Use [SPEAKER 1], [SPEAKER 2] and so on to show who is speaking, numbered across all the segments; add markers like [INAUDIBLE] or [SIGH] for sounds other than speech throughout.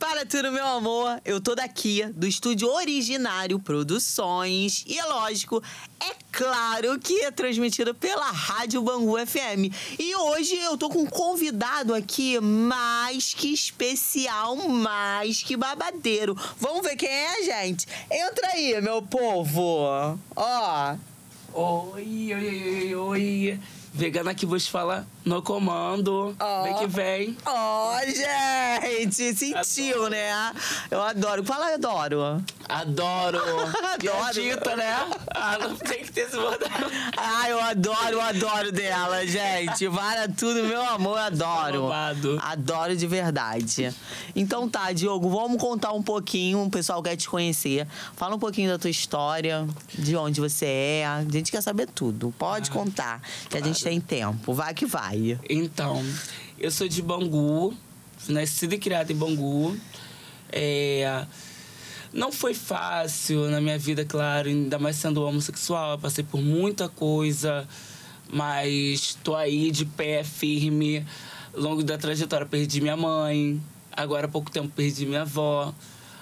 [SPEAKER 1] Fala tudo, meu amor. Eu tô daqui do estúdio Originário Produções. E é lógico, é claro que é transmitido pela Rádio Bangu FM. E hoje eu tô com um convidado aqui mais que especial, mais que babadeiro. Vamos ver quem é, gente? Entra aí, meu povo. Ó,
[SPEAKER 2] Oi, oi, oi, oi, oi. Vegana que vos fala no comando.
[SPEAKER 1] Ó.
[SPEAKER 2] Vem que vem.
[SPEAKER 1] ó, gente. Sentiu,
[SPEAKER 2] Adoro.
[SPEAKER 1] né? Eu adoro. Fala, eu adoro.
[SPEAKER 2] Adoro.
[SPEAKER 1] Adoro.
[SPEAKER 2] Dita, né? Ah, não tem que ter esse bordado.
[SPEAKER 1] Ah, eu adoro, eu adoro dela, gente. Vara tudo, meu amor, eu
[SPEAKER 2] Tá
[SPEAKER 1] adoro.
[SPEAKER 2] roubado.
[SPEAKER 1] Adoro de verdade. Então tá, Diogo, vamos contar um pouquinho, o pessoal quer te conhecer. Fala um pouquinho da tua história, de onde você é. A gente quer saber tudo. Pode contar, que a gente tem tempo. Vai que vai.
[SPEAKER 2] Então, eu sou de Bangu, nascido e criado em Bangu. É, não foi fácil na minha vida, claro, ainda mais sendo homossexual. Eu passei por muita coisa, mas tô aí de pé, firme. Ao longo da trajetória, perdi minha mãe. Agora, há pouco tempo, perdi minha avó.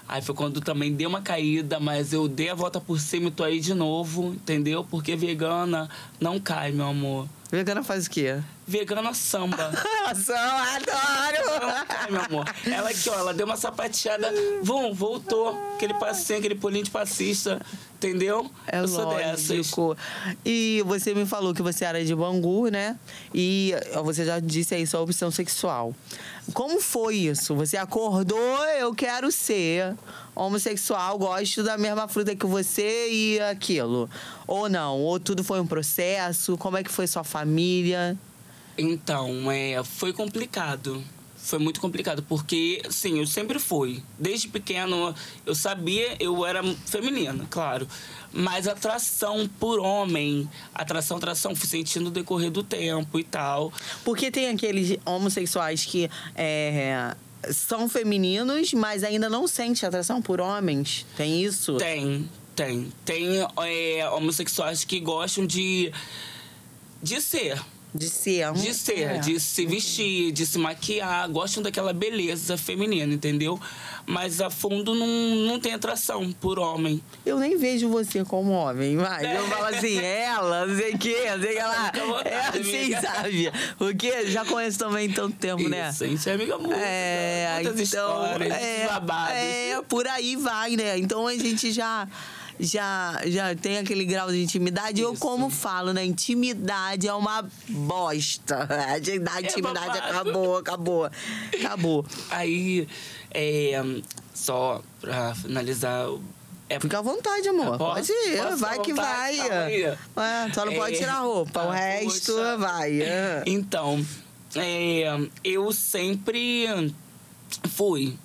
[SPEAKER 2] Aí foi quando também deu uma caída, mas eu dei a volta por cima e tô aí de novo, entendeu? Porque vegana não cai, meu amor.
[SPEAKER 1] Vegana faz o quê?
[SPEAKER 2] Vegana samba.
[SPEAKER 1] Nossa, eu adoro!
[SPEAKER 2] Ai, meu amor. Ela aqui, ó, ela deu uma sapateada. Vum, voltou. Aquele passinho, aquele pulinho de passista. Entendeu?
[SPEAKER 1] É
[SPEAKER 2] eu
[SPEAKER 1] lógico.
[SPEAKER 2] sou dessas.
[SPEAKER 1] E você me falou que você era de Bangu, né? E ó, você já disse aí sua opção sexual. Como foi isso? Você acordou, eu quero ser homossexual, gosto da mesma fruta que você e aquilo. Ou não? Ou tudo foi um processo? Como é que foi sua família?
[SPEAKER 2] Então, é, foi complicado. Foi muito complicado, porque, sim, eu sempre fui. Desde pequeno, eu sabia, eu era feminina, claro. Mas atração por homem, atração, atração, fui sentindo no decorrer do tempo e tal.
[SPEAKER 1] Porque tem aqueles homossexuais que é, são femininos, mas ainda não sente atração por homens. Tem isso?
[SPEAKER 2] Tem, tem. Tem é, homossexuais que gostam de, de ser.
[SPEAKER 1] De ser.
[SPEAKER 2] De ser,
[SPEAKER 1] É.
[SPEAKER 2] de se vestir, de se maquiar, gostam daquela beleza feminina, entendeu? Mas a fundo não, não tem atração por homem.
[SPEAKER 1] Eu nem vejo você como homem, mas eu falo assim, ela, não sei o quê, não sei o que lá.
[SPEAKER 2] Fica à vontade,
[SPEAKER 1] É assim,
[SPEAKER 2] amiga.
[SPEAKER 1] sabe? Porque já conheço também tanto tempo, né?
[SPEAKER 2] Isso, a gente é amiga muito.
[SPEAKER 1] É,
[SPEAKER 2] muitas
[SPEAKER 1] então,
[SPEAKER 2] histórias,
[SPEAKER 1] é,
[SPEAKER 2] babados.
[SPEAKER 1] é, por aí vai, né? Então a gente já já já tem aquele grau de intimidade. Eu
[SPEAKER 2] Isso.
[SPEAKER 1] como falo, né? Intimidade é uma bosta. [LAUGHS] A intimidade
[SPEAKER 2] É babado.
[SPEAKER 1] acabou, acabou. Acabou.
[SPEAKER 2] Aí, é, só pra finalizar, é
[SPEAKER 1] Fica à vontade, amor.
[SPEAKER 2] Posso?
[SPEAKER 1] Pode ir,
[SPEAKER 2] Posso
[SPEAKER 1] vai
[SPEAKER 2] à
[SPEAKER 1] que
[SPEAKER 2] vontade? Calma
[SPEAKER 1] vai.
[SPEAKER 2] aí.
[SPEAKER 1] É, só não pode
[SPEAKER 2] É.
[SPEAKER 1] tirar a roupa, o
[SPEAKER 2] Ah,
[SPEAKER 1] resto
[SPEAKER 2] poxa.
[SPEAKER 1] vai. é.
[SPEAKER 2] Então, é, eu sempre fui.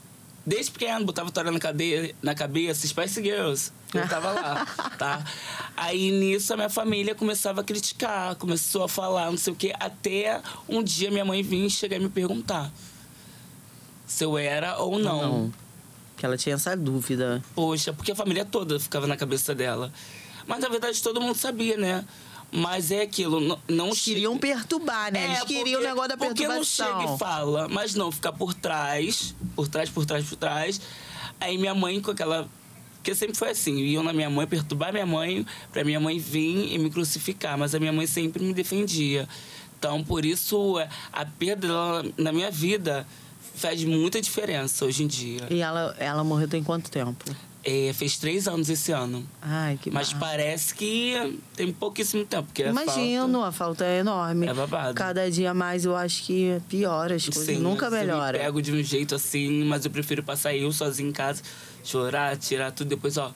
[SPEAKER 2] Desde pequeno, botava toalha na, cadeia, na cabeça, Spice Girls. Eu tava lá, [LAUGHS] tá? Aí nisso a minha família começava a criticar, começou a falar, não sei o quê. Até um dia minha mãe vinha e chegar e me perguntar se eu era ou não.
[SPEAKER 1] Que ela tinha essa dúvida.
[SPEAKER 2] Poxa, porque a família toda ficava na cabeça dela. Mas na verdade todo mundo sabia, né? Mas é aquilo, não, não
[SPEAKER 1] Eles queriam perturbar, né? Eles queriam o negócio da
[SPEAKER 2] É, porque não chega
[SPEAKER 1] perturbação.
[SPEAKER 2] e fala, mas não, ficar por trás, por trás, por trás, por trás. Aí minha mãe com aquela... Porque sempre foi assim, iam na minha mãe, perturbar minha mãe, pra minha mãe vir e me crucificar. Mas a minha mãe sempre me defendia. Então, por isso, a perda dela na minha vida faz muita diferença hoje em dia.
[SPEAKER 1] E ela, ela morreu tem quanto tempo?
[SPEAKER 2] É, fez três anos esse ano.
[SPEAKER 1] Ai, que
[SPEAKER 2] Mas
[SPEAKER 1] barra.
[SPEAKER 2] parece que tem pouquíssimo tempo. Porque a
[SPEAKER 1] Imagino,
[SPEAKER 2] falta-
[SPEAKER 1] a falta é enorme.
[SPEAKER 2] É babado.
[SPEAKER 1] Cada dia mais eu acho que piora as coisas. Tipo, Nunca
[SPEAKER 2] mas
[SPEAKER 1] melhora.
[SPEAKER 2] Eu me pego de um jeito assim, mas eu prefiro passar eu sozinho em casa, chorar, tirar tudo, depois, ó.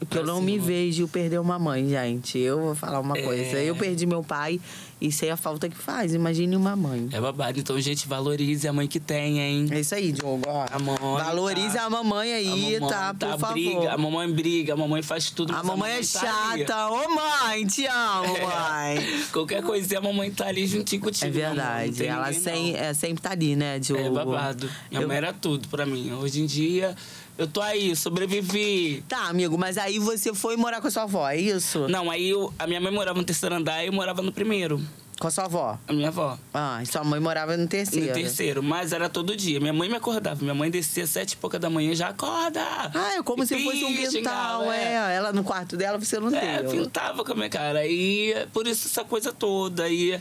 [SPEAKER 1] Porque eu não
[SPEAKER 2] Assim,
[SPEAKER 1] me
[SPEAKER 2] ó.
[SPEAKER 1] vejo perder uma mãe, gente. Eu vou falar uma
[SPEAKER 2] É.
[SPEAKER 1] coisa. Eu perdi meu pai e sei a falta que faz. Imagine uma mãe.
[SPEAKER 2] É babado. Então, gente, valorize a mãe que tem, hein?
[SPEAKER 1] É isso aí, Diogo. ó.
[SPEAKER 2] A mamãe,
[SPEAKER 1] Valorize
[SPEAKER 2] tá?
[SPEAKER 1] a mamãe aí,
[SPEAKER 2] a mamãe,
[SPEAKER 1] tá? Por favor.
[SPEAKER 2] Briga, a mamãe briga, a mamãe faz tudo.
[SPEAKER 1] A
[SPEAKER 2] mas
[SPEAKER 1] mamãe é
[SPEAKER 2] tá É. ali.
[SPEAKER 1] chata. Ô, mãe, te amo, mãe.
[SPEAKER 2] [LAUGHS] Qualquer coisinha, a mamãe tá ali juntinho
[SPEAKER 1] É
[SPEAKER 2] contigo. meu amor. Não
[SPEAKER 1] verdade.
[SPEAKER 2] tem
[SPEAKER 1] Ela
[SPEAKER 2] ninguém,
[SPEAKER 1] sem,
[SPEAKER 2] não.
[SPEAKER 1] é, sempre tá ali, né, Diogo?
[SPEAKER 2] É babado. Minha
[SPEAKER 1] Eu-
[SPEAKER 2] mãe era tudo pra mim. Hoje em dia, eu tô aí, sobrevivi.
[SPEAKER 1] Tá, amigo, mas aí você foi morar com a sua avó, é isso?
[SPEAKER 2] Não, aí eu- a minha mãe morava no terceiro andar e eu morava no primeiro.
[SPEAKER 1] Com a sua avó.
[SPEAKER 2] A minha avó.
[SPEAKER 1] Ah, e sua mãe morava no terceiro.
[SPEAKER 2] No terceiro, mas era todo dia. Minha mãe me acordava. Minha mãe descia às sete e pouca da manhã já acorda.
[SPEAKER 1] Ah, é como
[SPEAKER 2] E
[SPEAKER 1] se fosse um
[SPEAKER 2] pia, xingava,
[SPEAKER 1] quintal, é. Ela no quarto dela, você não
[SPEAKER 2] É,
[SPEAKER 1] deu.
[SPEAKER 2] pintava com a minha cara. E por isso essa coisa toda. E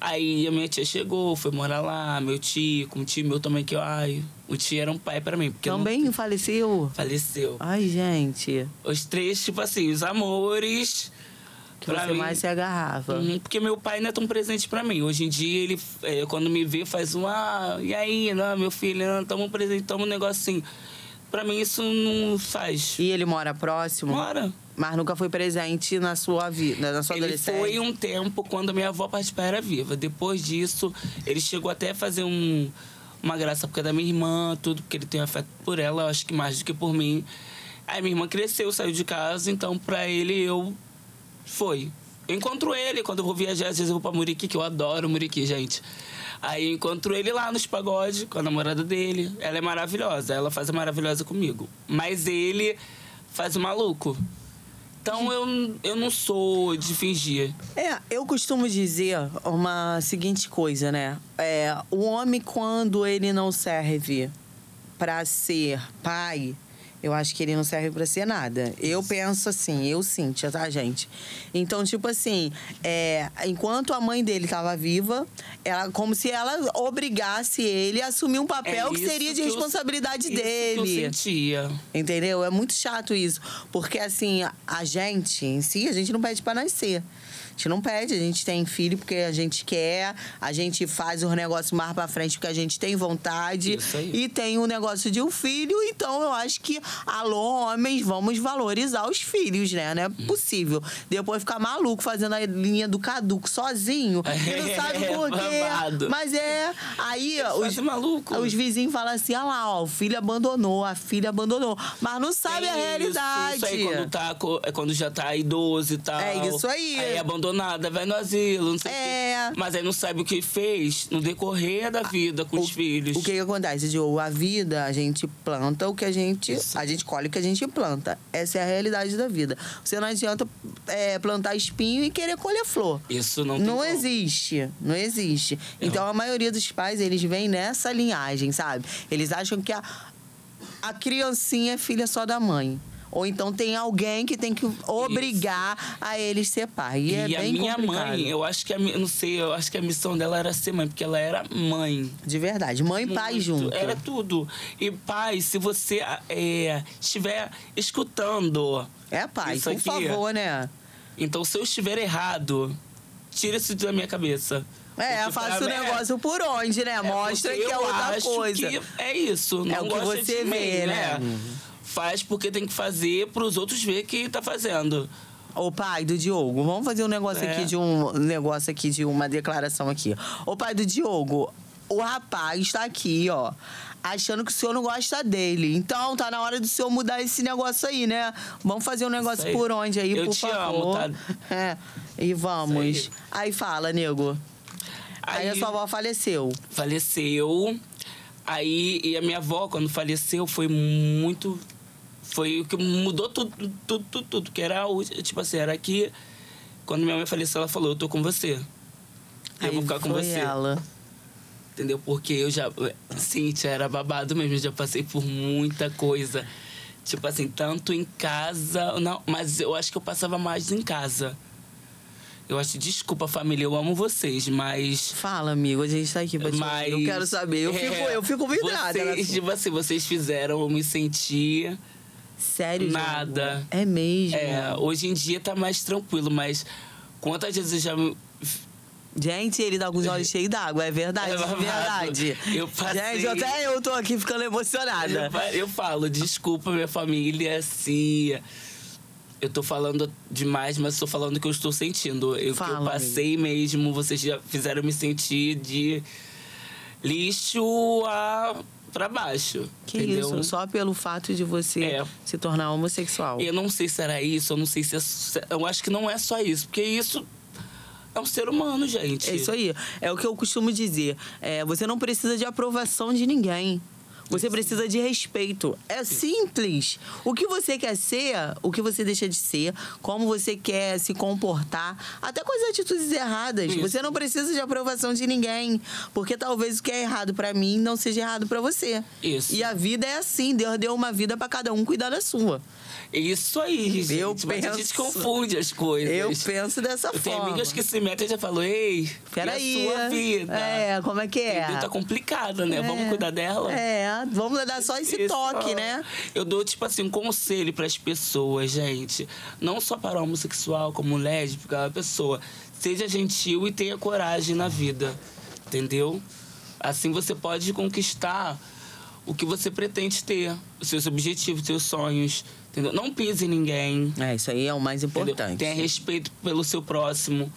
[SPEAKER 2] aí a minha tia chegou, foi morar lá, meu tio, com um tio meu também, que eu, ai, o tio era um pai pra mim. Porque eu não-
[SPEAKER 1] Também faleceu?
[SPEAKER 2] faleceu.
[SPEAKER 1] Ai, gente.
[SPEAKER 2] Os três, tipo assim, os amores.
[SPEAKER 1] Que
[SPEAKER 2] pra
[SPEAKER 1] você
[SPEAKER 2] mim.
[SPEAKER 1] mais se agarrava.
[SPEAKER 2] Uhum, Porque meu pai não é tão presente pra mim. Hoje em dia, ele, é, quando me vê, faz um, ah, e aí, não, meu filho, não, toma um presente, toma um negocinho. Pra mim, isso não faz.
[SPEAKER 1] E ele mora próximo?
[SPEAKER 2] Mora.
[SPEAKER 1] Mas nunca foi presente na sua vida, na sua
[SPEAKER 2] Ele
[SPEAKER 1] adolescência?
[SPEAKER 2] foi um tempo quando minha avó participar era viva. Depois disso, ele chegou até a fazer um, uma graça por causa da minha irmã, tudo, porque ele tem afeto por ela, eu acho que mais do que por mim. Aí minha irmã cresceu, saiu de casa, então pra ele eu foi. Eu encontro ele quando eu vou viajar, às vezes eu vou pra Muriqui, que eu adoro Muriqui, gente. Aí eu encontro ele lá nos pagodes com a namorada dele. Ela é maravilhosa, ela faz a maravilhosa comigo. Mas ele faz o maluco. Então eu, eu não sou de fingir.
[SPEAKER 1] É, eu costumo dizer uma seguinte coisa, né? É, o homem, quando ele não serve pra ser pai, eu acho que ele não serve pra ser nada. Eu penso assim, eu Cíntia, tá, gente? Então, tipo assim, é, enquanto a mãe dele tava viva, ela como se ela obrigasse ele a assumir um papel que
[SPEAKER 2] É isso
[SPEAKER 1] seria de
[SPEAKER 2] que eu-
[SPEAKER 1] responsabilidade
[SPEAKER 2] isso
[SPEAKER 1] dele.
[SPEAKER 2] Que eu sentia.
[SPEAKER 1] Entendeu? É muito chato isso. Porque, assim, a- a gente em si, a gente não pede pra nascer. A gente não pede, a gente tem filho porque a gente quer, a gente faz os negócios mais pra frente porque a gente tem vontade.
[SPEAKER 2] Isso aí.
[SPEAKER 1] E tem o negócio de um filho, então eu acho que, alô, homens, vamos valorizar os filhos, né? Não é possível. Depois ficar maluco fazendo a linha do caduco sozinho. E não
[SPEAKER 2] [LAUGHS]
[SPEAKER 1] sabe
[SPEAKER 2] É,
[SPEAKER 1] por quê.
[SPEAKER 2] babado.
[SPEAKER 1] Mas é. Aí, ó,
[SPEAKER 2] Os
[SPEAKER 1] os,
[SPEAKER 2] tá maluco.
[SPEAKER 1] os vizinhos falam assim, ah lá, ó, o filho abandonou, a filha abandonou. Mas não sabe tá a
[SPEAKER 2] É Isso,
[SPEAKER 1] realidade.
[SPEAKER 2] Isso aí, quando, tá, co- é quando já tá idoso e tal.
[SPEAKER 1] É isso aí.
[SPEAKER 2] Aí é abandonada, vai no asilo, não sei
[SPEAKER 1] É.
[SPEAKER 2] o quê. Mas aí não sabe o que fez no decorrer da vida com os filhos.
[SPEAKER 1] O que, que acontece, Diogo? A vida, a gente planta o que a gente.
[SPEAKER 2] Isso.
[SPEAKER 1] A gente colhe o que a gente planta. Essa é a realidade da vida. Você não adianta é, plantar espinho e querer colher flor.
[SPEAKER 2] Isso não tem
[SPEAKER 1] Não
[SPEAKER 2] como.
[SPEAKER 1] existe, não existe. Então a maioria dos pais, eles vêm nessa linhagem, sabe? Eles acham que a, a criancinha é filha só da mãe. Ou então tem alguém que tem que obrigar a eles ser pai. E,
[SPEAKER 2] E,
[SPEAKER 1] é
[SPEAKER 2] a
[SPEAKER 1] bem
[SPEAKER 2] minha
[SPEAKER 1] complicado.
[SPEAKER 2] mãe, eu acho que a, mi- eu não sei, eu acho que a missão dela era ser mãe, porque ela era mãe.
[SPEAKER 1] De verdade, mãe e pai
[SPEAKER 2] Muito.
[SPEAKER 1] junto.
[SPEAKER 2] Era tudo. E pai, se você é, estiver escutando,
[SPEAKER 1] É pai,
[SPEAKER 2] Isso
[SPEAKER 1] por
[SPEAKER 2] aqui-
[SPEAKER 1] favor, né?
[SPEAKER 2] então se eu estiver errado, tira isso da minha cabeça.
[SPEAKER 1] É,
[SPEAKER 2] Porque pra
[SPEAKER 1] faça o
[SPEAKER 2] mim- é,
[SPEAKER 1] negócio por onde, né? Mostra
[SPEAKER 2] porque
[SPEAKER 1] que é
[SPEAKER 2] eu
[SPEAKER 1] outra
[SPEAKER 2] acho
[SPEAKER 1] coisa.
[SPEAKER 2] que é isso. Não
[SPEAKER 1] É o que
[SPEAKER 2] gosta
[SPEAKER 1] você
[SPEAKER 2] de mim,
[SPEAKER 1] vê, né?
[SPEAKER 2] Faz porque tem que fazer pros outros ver que tá fazendo.
[SPEAKER 1] Ô pai do Diogo, vamos fazer um negócio
[SPEAKER 2] É.
[SPEAKER 1] aqui de um um negócio aqui de uma declaração aqui. Ô pai do Diogo, o rapaz tá aqui, ó, achando que o senhor não gosta dele. Então tá na hora do senhor mudar esse negócio aí, né? Vamos fazer um negócio
[SPEAKER 2] aí.
[SPEAKER 1] por onde aí,
[SPEAKER 2] Eu
[SPEAKER 1] por
[SPEAKER 2] te
[SPEAKER 1] favor.
[SPEAKER 2] amo, tá?
[SPEAKER 1] [LAUGHS] É. E vamos.
[SPEAKER 2] Isso
[SPEAKER 1] Aí. fala, nego. Aí, a sua avó faleceu.
[SPEAKER 2] faleceu. Aí, e a minha avó, quando faleceu, foi muito. Foi o que mudou tudo, tudo, tudo, tudo. Que era, o- tipo assim, era que. Quando minha mãe faleceu, ela falou: Eu tô com você. Eu
[SPEAKER 1] aí
[SPEAKER 2] vou ficar com
[SPEAKER 1] foi
[SPEAKER 2] você.
[SPEAKER 1] ela.
[SPEAKER 2] Entendeu? Porque eu já. Cíntia, era babado mesmo, eu já passei por muita coisa. Tipo assim, tanto em casa. Não, mas eu acho que eu passava mais em casa. Eu acho, desculpa, família, eu amo vocês, mas.
[SPEAKER 1] Fala, amigo, a gente tá aqui pra te
[SPEAKER 2] Mas.
[SPEAKER 1] ouvir. Eu quero saber. Eu
[SPEAKER 2] é,
[SPEAKER 1] fico, eu fico vidrada.
[SPEAKER 2] Vocês,
[SPEAKER 1] nessa-
[SPEAKER 2] tipo assim, vocês fizeram eu me sentir.
[SPEAKER 1] Sério, Diogo?
[SPEAKER 2] Nada.
[SPEAKER 1] É mesmo.
[SPEAKER 2] É, hoje em dia tá mais tranquilo, mas quantas vezes eu já me
[SPEAKER 1] Gente, ele tá com os
[SPEAKER 2] [LAUGHS]
[SPEAKER 1] olhos cheios d'água, é verdade,
[SPEAKER 2] É
[SPEAKER 1] de
[SPEAKER 2] babado.
[SPEAKER 1] verdade.
[SPEAKER 2] Eu passei-
[SPEAKER 1] Gente, até eu tô aqui ficando
[SPEAKER 2] Eu
[SPEAKER 1] emocionada.
[SPEAKER 2] fa- Eu falo, desculpa minha família, se eu tô falando demais, mas tô falando o que eu estou sentindo. Eu, que eu
[SPEAKER 1] Fala,
[SPEAKER 2] passei mesmo, vocês já fizeram me sentir de lixo a pra baixo.
[SPEAKER 1] Que
[SPEAKER 2] entendeu?
[SPEAKER 1] isso, só pelo fato de você
[SPEAKER 2] É.
[SPEAKER 1] se tornar homossexual.
[SPEAKER 2] Eu não sei se era isso, eu não sei se é, se- Eu acho que não é só isso, porque isso é um ser humano, gente.
[SPEAKER 1] É isso aí, é o que eu costumo dizer. É, você não precisa de aprovação de ninguém. Você precisa de respeito. É simples. O que você quer ser, o que você deixa de ser, como você quer se comportar, até com as atitudes erradas.
[SPEAKER 2] Isso.
[SPEAKER 1] Você não precisa de aprovação de ninguém, porque talvez o que é errado pra mim não seja errado pra você.
[SPEAKER 2] Isso.
[SPEAKER 1] E a vida é assim, Deus deu uma vida pra cada um cuidar da sua.
[SPEAKER 2] Isso aí, gente.
[SPEAKER 1] Eu
[SPEAKER 2] Mas a gente
[SPEAKER 1] penso.
[SPEAKER 2] confunde as coisas.
[SPEAKER 1] Eu penso dessa
[SPEAKER 2] Eu tenho
[SPEAKER 1] forma.
[SPEAKER 2] amigas que se metem e já falam, ei,
[SPEAKER 1] Peraí.
[SPEAKER 2] e a sua vida?
[SPEAKER 1] É, como é que é?
[SPEAKER 2] Entendeu? Tá complicada, né? Vamos
[SPEAKER 1] É.
[SPEAKER 2] cuidar dela?
[SPEAKER 1] É, vamos dar só esse
[SPEAKER 2] Isso.
[SPEAKER 1] toque, né?
[SPEAKER 2] Eu dou, tipo assim, um conselho pras pessoas, gente. Não só para homossexual, como lésbica, a pessoa. Seja gentil e tenha coragem na vida. Entendeu? Assim você pode conquistar o que você pretende ter, os seus objetivos, os seus sonhos. Entendeu? Não pise ninguém.
[SPEAKER 1] É, isso aí é o mais
[SPEAKER 2] Entendeu?
[SPEAKER 1] importante.
[SPEAKER 2] Tenha respeito pelo seu próximo.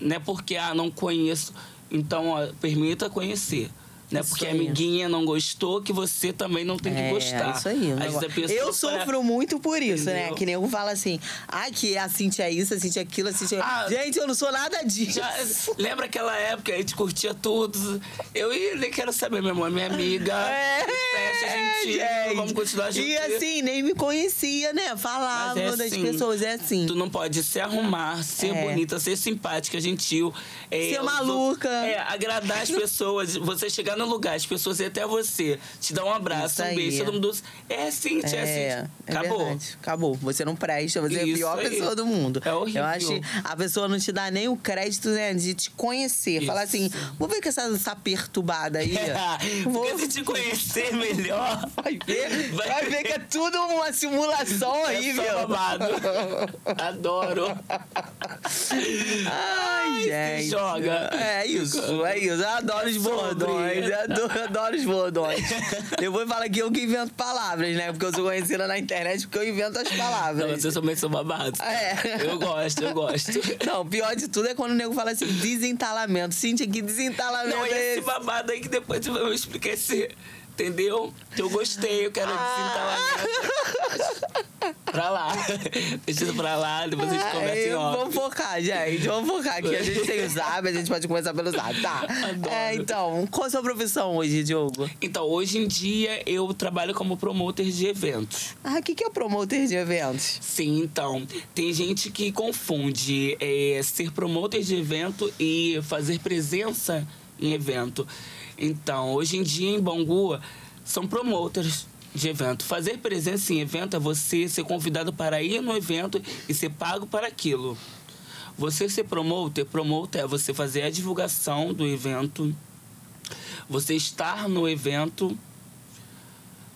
[SPEAKER 2] Não é porque, ah, não conheço. Então, ó, permita conhecer. Não é
[SPEAKER 1] Isso
[SPEAKER 2] porque a
[SPEAKER 1] aí.
[SPEAKER 2] amiguinha não gostou que você também não tem que
[SPEAKER 1] É,
[SPEAKER 2] gostar.
[SPEAKER 1] Isso aí. o
[SPEAKER 2] Às vezes
[SPEAKER 1] negócio-
[SPEAKER 2] a pessoa
[SPEAKER 1] eu
[SPEAKER 2] fala,
[SPEAKER 1] sofro muito por isso, né?
[SPEAKER 2] Entendeu?
[SPEAKER 1] Que nem eu falo assim, ai, que a Cintia é isso, a Cintia é aquilo, a Cintia é...
[SPEAKER 2] Ah,
[SPEAKER 1] Gente, eu não sou nada disso.
[SPEAKER 2] já- lembra aquela época, a gente curtia tudo. Eu "Ih, nem quero saber, minha mãe, minha
[SPEAKER 1] [LAUGHS]
[SPEAKER 2] amiga. Festa, Ah, gente, vamos continuar junto.
[SPEAKER 1] É, E assim, nem me conhecia, né? Falava
[SPEAKER 2] Mas é
[SPEAKER 1] das
[SPEAKER 2] assim.
[SPEAKER 1] pessoas, é assim.
[SPEAKER 2] Tu não pode se arrumar, ser
[SPEAKER 1] É.
[SPEAKER 2] bonita, ser simpática, gentil. é,
[SPEAKER 1] Ser
[SPEAKER 2] os
[SPEAKER 1] maluca.
[SPEAKER 2] outros- É, agradar as pessoas. Você chegar no lugar, as pessoas ir até você. Te dar um
[SPEAKER 1] Isso
[SPEAKER 2] abraço, um
[SPEAKER 1] aí.
[SPEAKER 2] beijo, todo mundo... doce. É assim, [LAUGHS] tia, é assim. Acabou. [LAUGHS]
[SPEAKER 1] verdade. Acabou. Você não presta, você é a
[SPEAKER 2] Isso
[SPEAKER 1] pior
[SPEAKER 2] aí.
[SPEAKER 1] pessoa do mundo.
[SPEAKER 2] É horrível.
[SPEAKER 1] Eu acho que a pessoa não te dá nem o crédito né, de te conhecer.
[SPEAKER 2] Isso.
[SPEAKER 1] Falar assim, vou ver que essa, essa perturbada aí.
[SPEAKER 2] [LAUGHS]
[SPEAKER 1] vou...
[SPEAKER 2] É, Porque se te conhecer melhor...
[SPEAKER 1] [LAUGHS] Vai ver, vai ver que tá é tudo uma simulação
[SPEAKER 2] É
[SPEAKER 1] horrível.
[SPEAKER 2] só babado. Adoro.
[SPEAKER 1] Ai,
[SPEAKER 2] Ai, se
[SPEAKER 1] gente.
[SPEAKER 2] joga.
[SPEAKER 1] É isso, é isso. Eu adoro os
[SPEAKER 2] Sobre.
[SPEAKER 1] bordões. Eu adoro, eu adoro os
[SPEAKER 2] [LAUGHS]
[SPEAKER 1] bordões. Depois fala que eu que invento palavras, né? Porque eu sou conhecida na internet porque eu invento as
[SPEAKER 2] Não,
[SPEAKER 1] palavras.
[SPEAKER 2] vocês também são babados.
[SPEAKER 1] É.
[SPEAKER 2] Eu gosto, eu gosto.
[SPEAKER 1] Não, pior de tudo é quando o nego fala assim, desentalamento. Cintia, que desentalamento
[SPEAKER 2] Não, e
[SPEAKER 1] é
[SPEAKER 2] esse
[SPEAKER 1] esse?
[SPEAKER 2] babado aí que depois tu vai me explicar esse. Entendeu? Que eu gostei, eu quero desintalar. pra lá. Deixa isso pra lá, depois a gente conversa
[SPEAKER 1] É,
[SPEAKER 2] em off.
[SPEAKER 1] vamos focar, gente. Vamos focar aqui. A gente tem o zap, a gente pode começar pelo zap. Tá.
[SPEAKER 2] Adoro.
[SPEAKER 1] É, então, qual a sua profissão hoje, Diogo?
[SPEAKER 2] Então, hoje em dia, eu trabalho como promotor de eventos.
[SPEAKER 1] Ah, o que, que é promoter de eventos?
[SPEAKER 2] Sim, então, tem gente que confunde é, ser promotor de evento e fazer presença em evento. Então, hoje em dia em Bangu, são promoters de evento. Fazer presença em evento é você ser convidado para ir no evento e ser pago para aquilo. Você ser promoter, promoter é você fazer a divulgação do evento, você estar no evento.